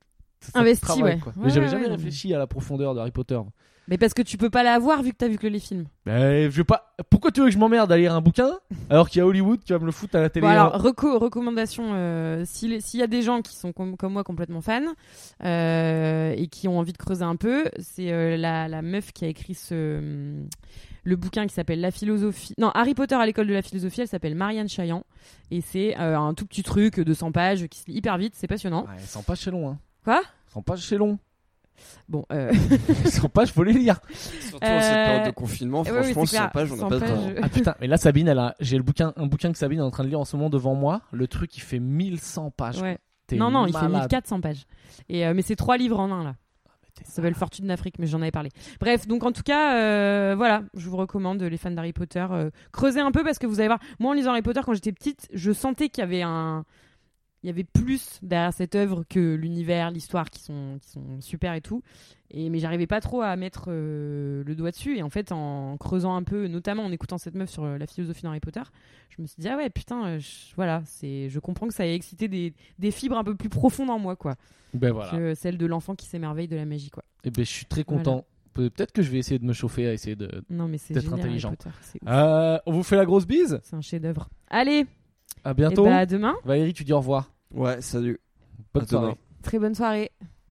S1: ça te
S2: Investi,
S1: travaille,
S2: ouais.
S1: quoi.
S2: Ouais,
S1: Mais j'avais
S2: ouais,
S1: jamais
S2: ouais.
S1: réfléchi à la profondeur de Harry Potter.
S2: Mais parce que tu peux pas l'avoir vu que t'as vu que les films.
S1: Ben, je veux pas. Pourquoi tu veux que je m'emmerde à lire un bouquin alors qu'il y a Hollywood qui va me le foutre à la télé hein
S2: Bon,
S1: en-
S2: alors reco- recommandation euh, si les- s'il y a des gens qui sont com- comme moi complètement fans euh, et qui ont envie de creuser un peu, c'est euh, la, la meuf qui a écrit ce hum, le bouquin qui s'appelle La philosophie. Non, Harry Potter à l'école de la philosophie, elle s'appelle Marianne Chaillant et c'est euh, un tout petit truc de 100 pages qui se lit hyper vite, c'est passionnant.
S1: Ouais, 100 pages, c'est long. Hein.
S2: euh, Quoi
S1: 100 pages, c'est long.
S2: Bon, euh,
S1: 100 pages, faut les lire.
S3: Surtout en cette
S2: Euh,
S3: période de confinement,
S2: ouais, ouais,
S3: franchement,
S2: c'est clair,
S3: sur page, on n'a
S2: 100
S3: pas de temps.
S2: pages.
S1: Ah putain, mais là, Sabine, elle a... j'ai le bouquin, un bouquin que Sabine est en train de lire en ce moment devant moi. Le truc, il fait 1100 pages.
S2: ouais.
S1: T'es
S2: Non non, il fait
S1: malade.
S2: 1400 pages. Et euh, mais c'est trois livres en un là. Ça s'appelle Fortune d'Afrique, mais j'en avais parlé. Bref, donc en tout cas, euh, voilà, je vous recommande les fans d'Harry Potter. euh, creusez un peu parce que vous allez voir. Moi, en lisant Harry Potter, quand j'étais petite, je sentais qu'il y avait un. Il y avait plus derrière cette œuvre que l'univers, l'histoire qui sont, qui sont super et tout. Et, mais j'arrivais pas trop à mettre euh, le doigt dessus. Et en fait, en creusant un peu, notamment en écoutant cette meuf sur euh, la philosophie d'Harry Potter, je me suis dit, ah ouais, putain, euh, je- voilà, c'est, je comprends que ça ait excité des, des fibres un peu plus profondes en moi, quoi.
S1: Ben voilà.
S2: Que celle de l'enfant qui s'émerveille de la magie, quoi.
S1: Eh ben, je suis très content. Pe- Peut-être que je vais essayer de me chauffer à essayer de.
S2: Non, mais c'est
S1: D'être
S2: génial, Harry
S1: intelligent.
S2: Potter, c'est, ouf.
S1: Euh, on vous fait la grosse bise.
S2: c'est un chef-d'œuvre. Allez,
S1: À
S2: et
S1: bientôt.
S2: bah, à demain.
S1: Valérie, tu dis au revoir.
S3: Ouais, salut.
S1: Bonne
S3: À demain.
S1: soirée.
S2: Très bonne soirée.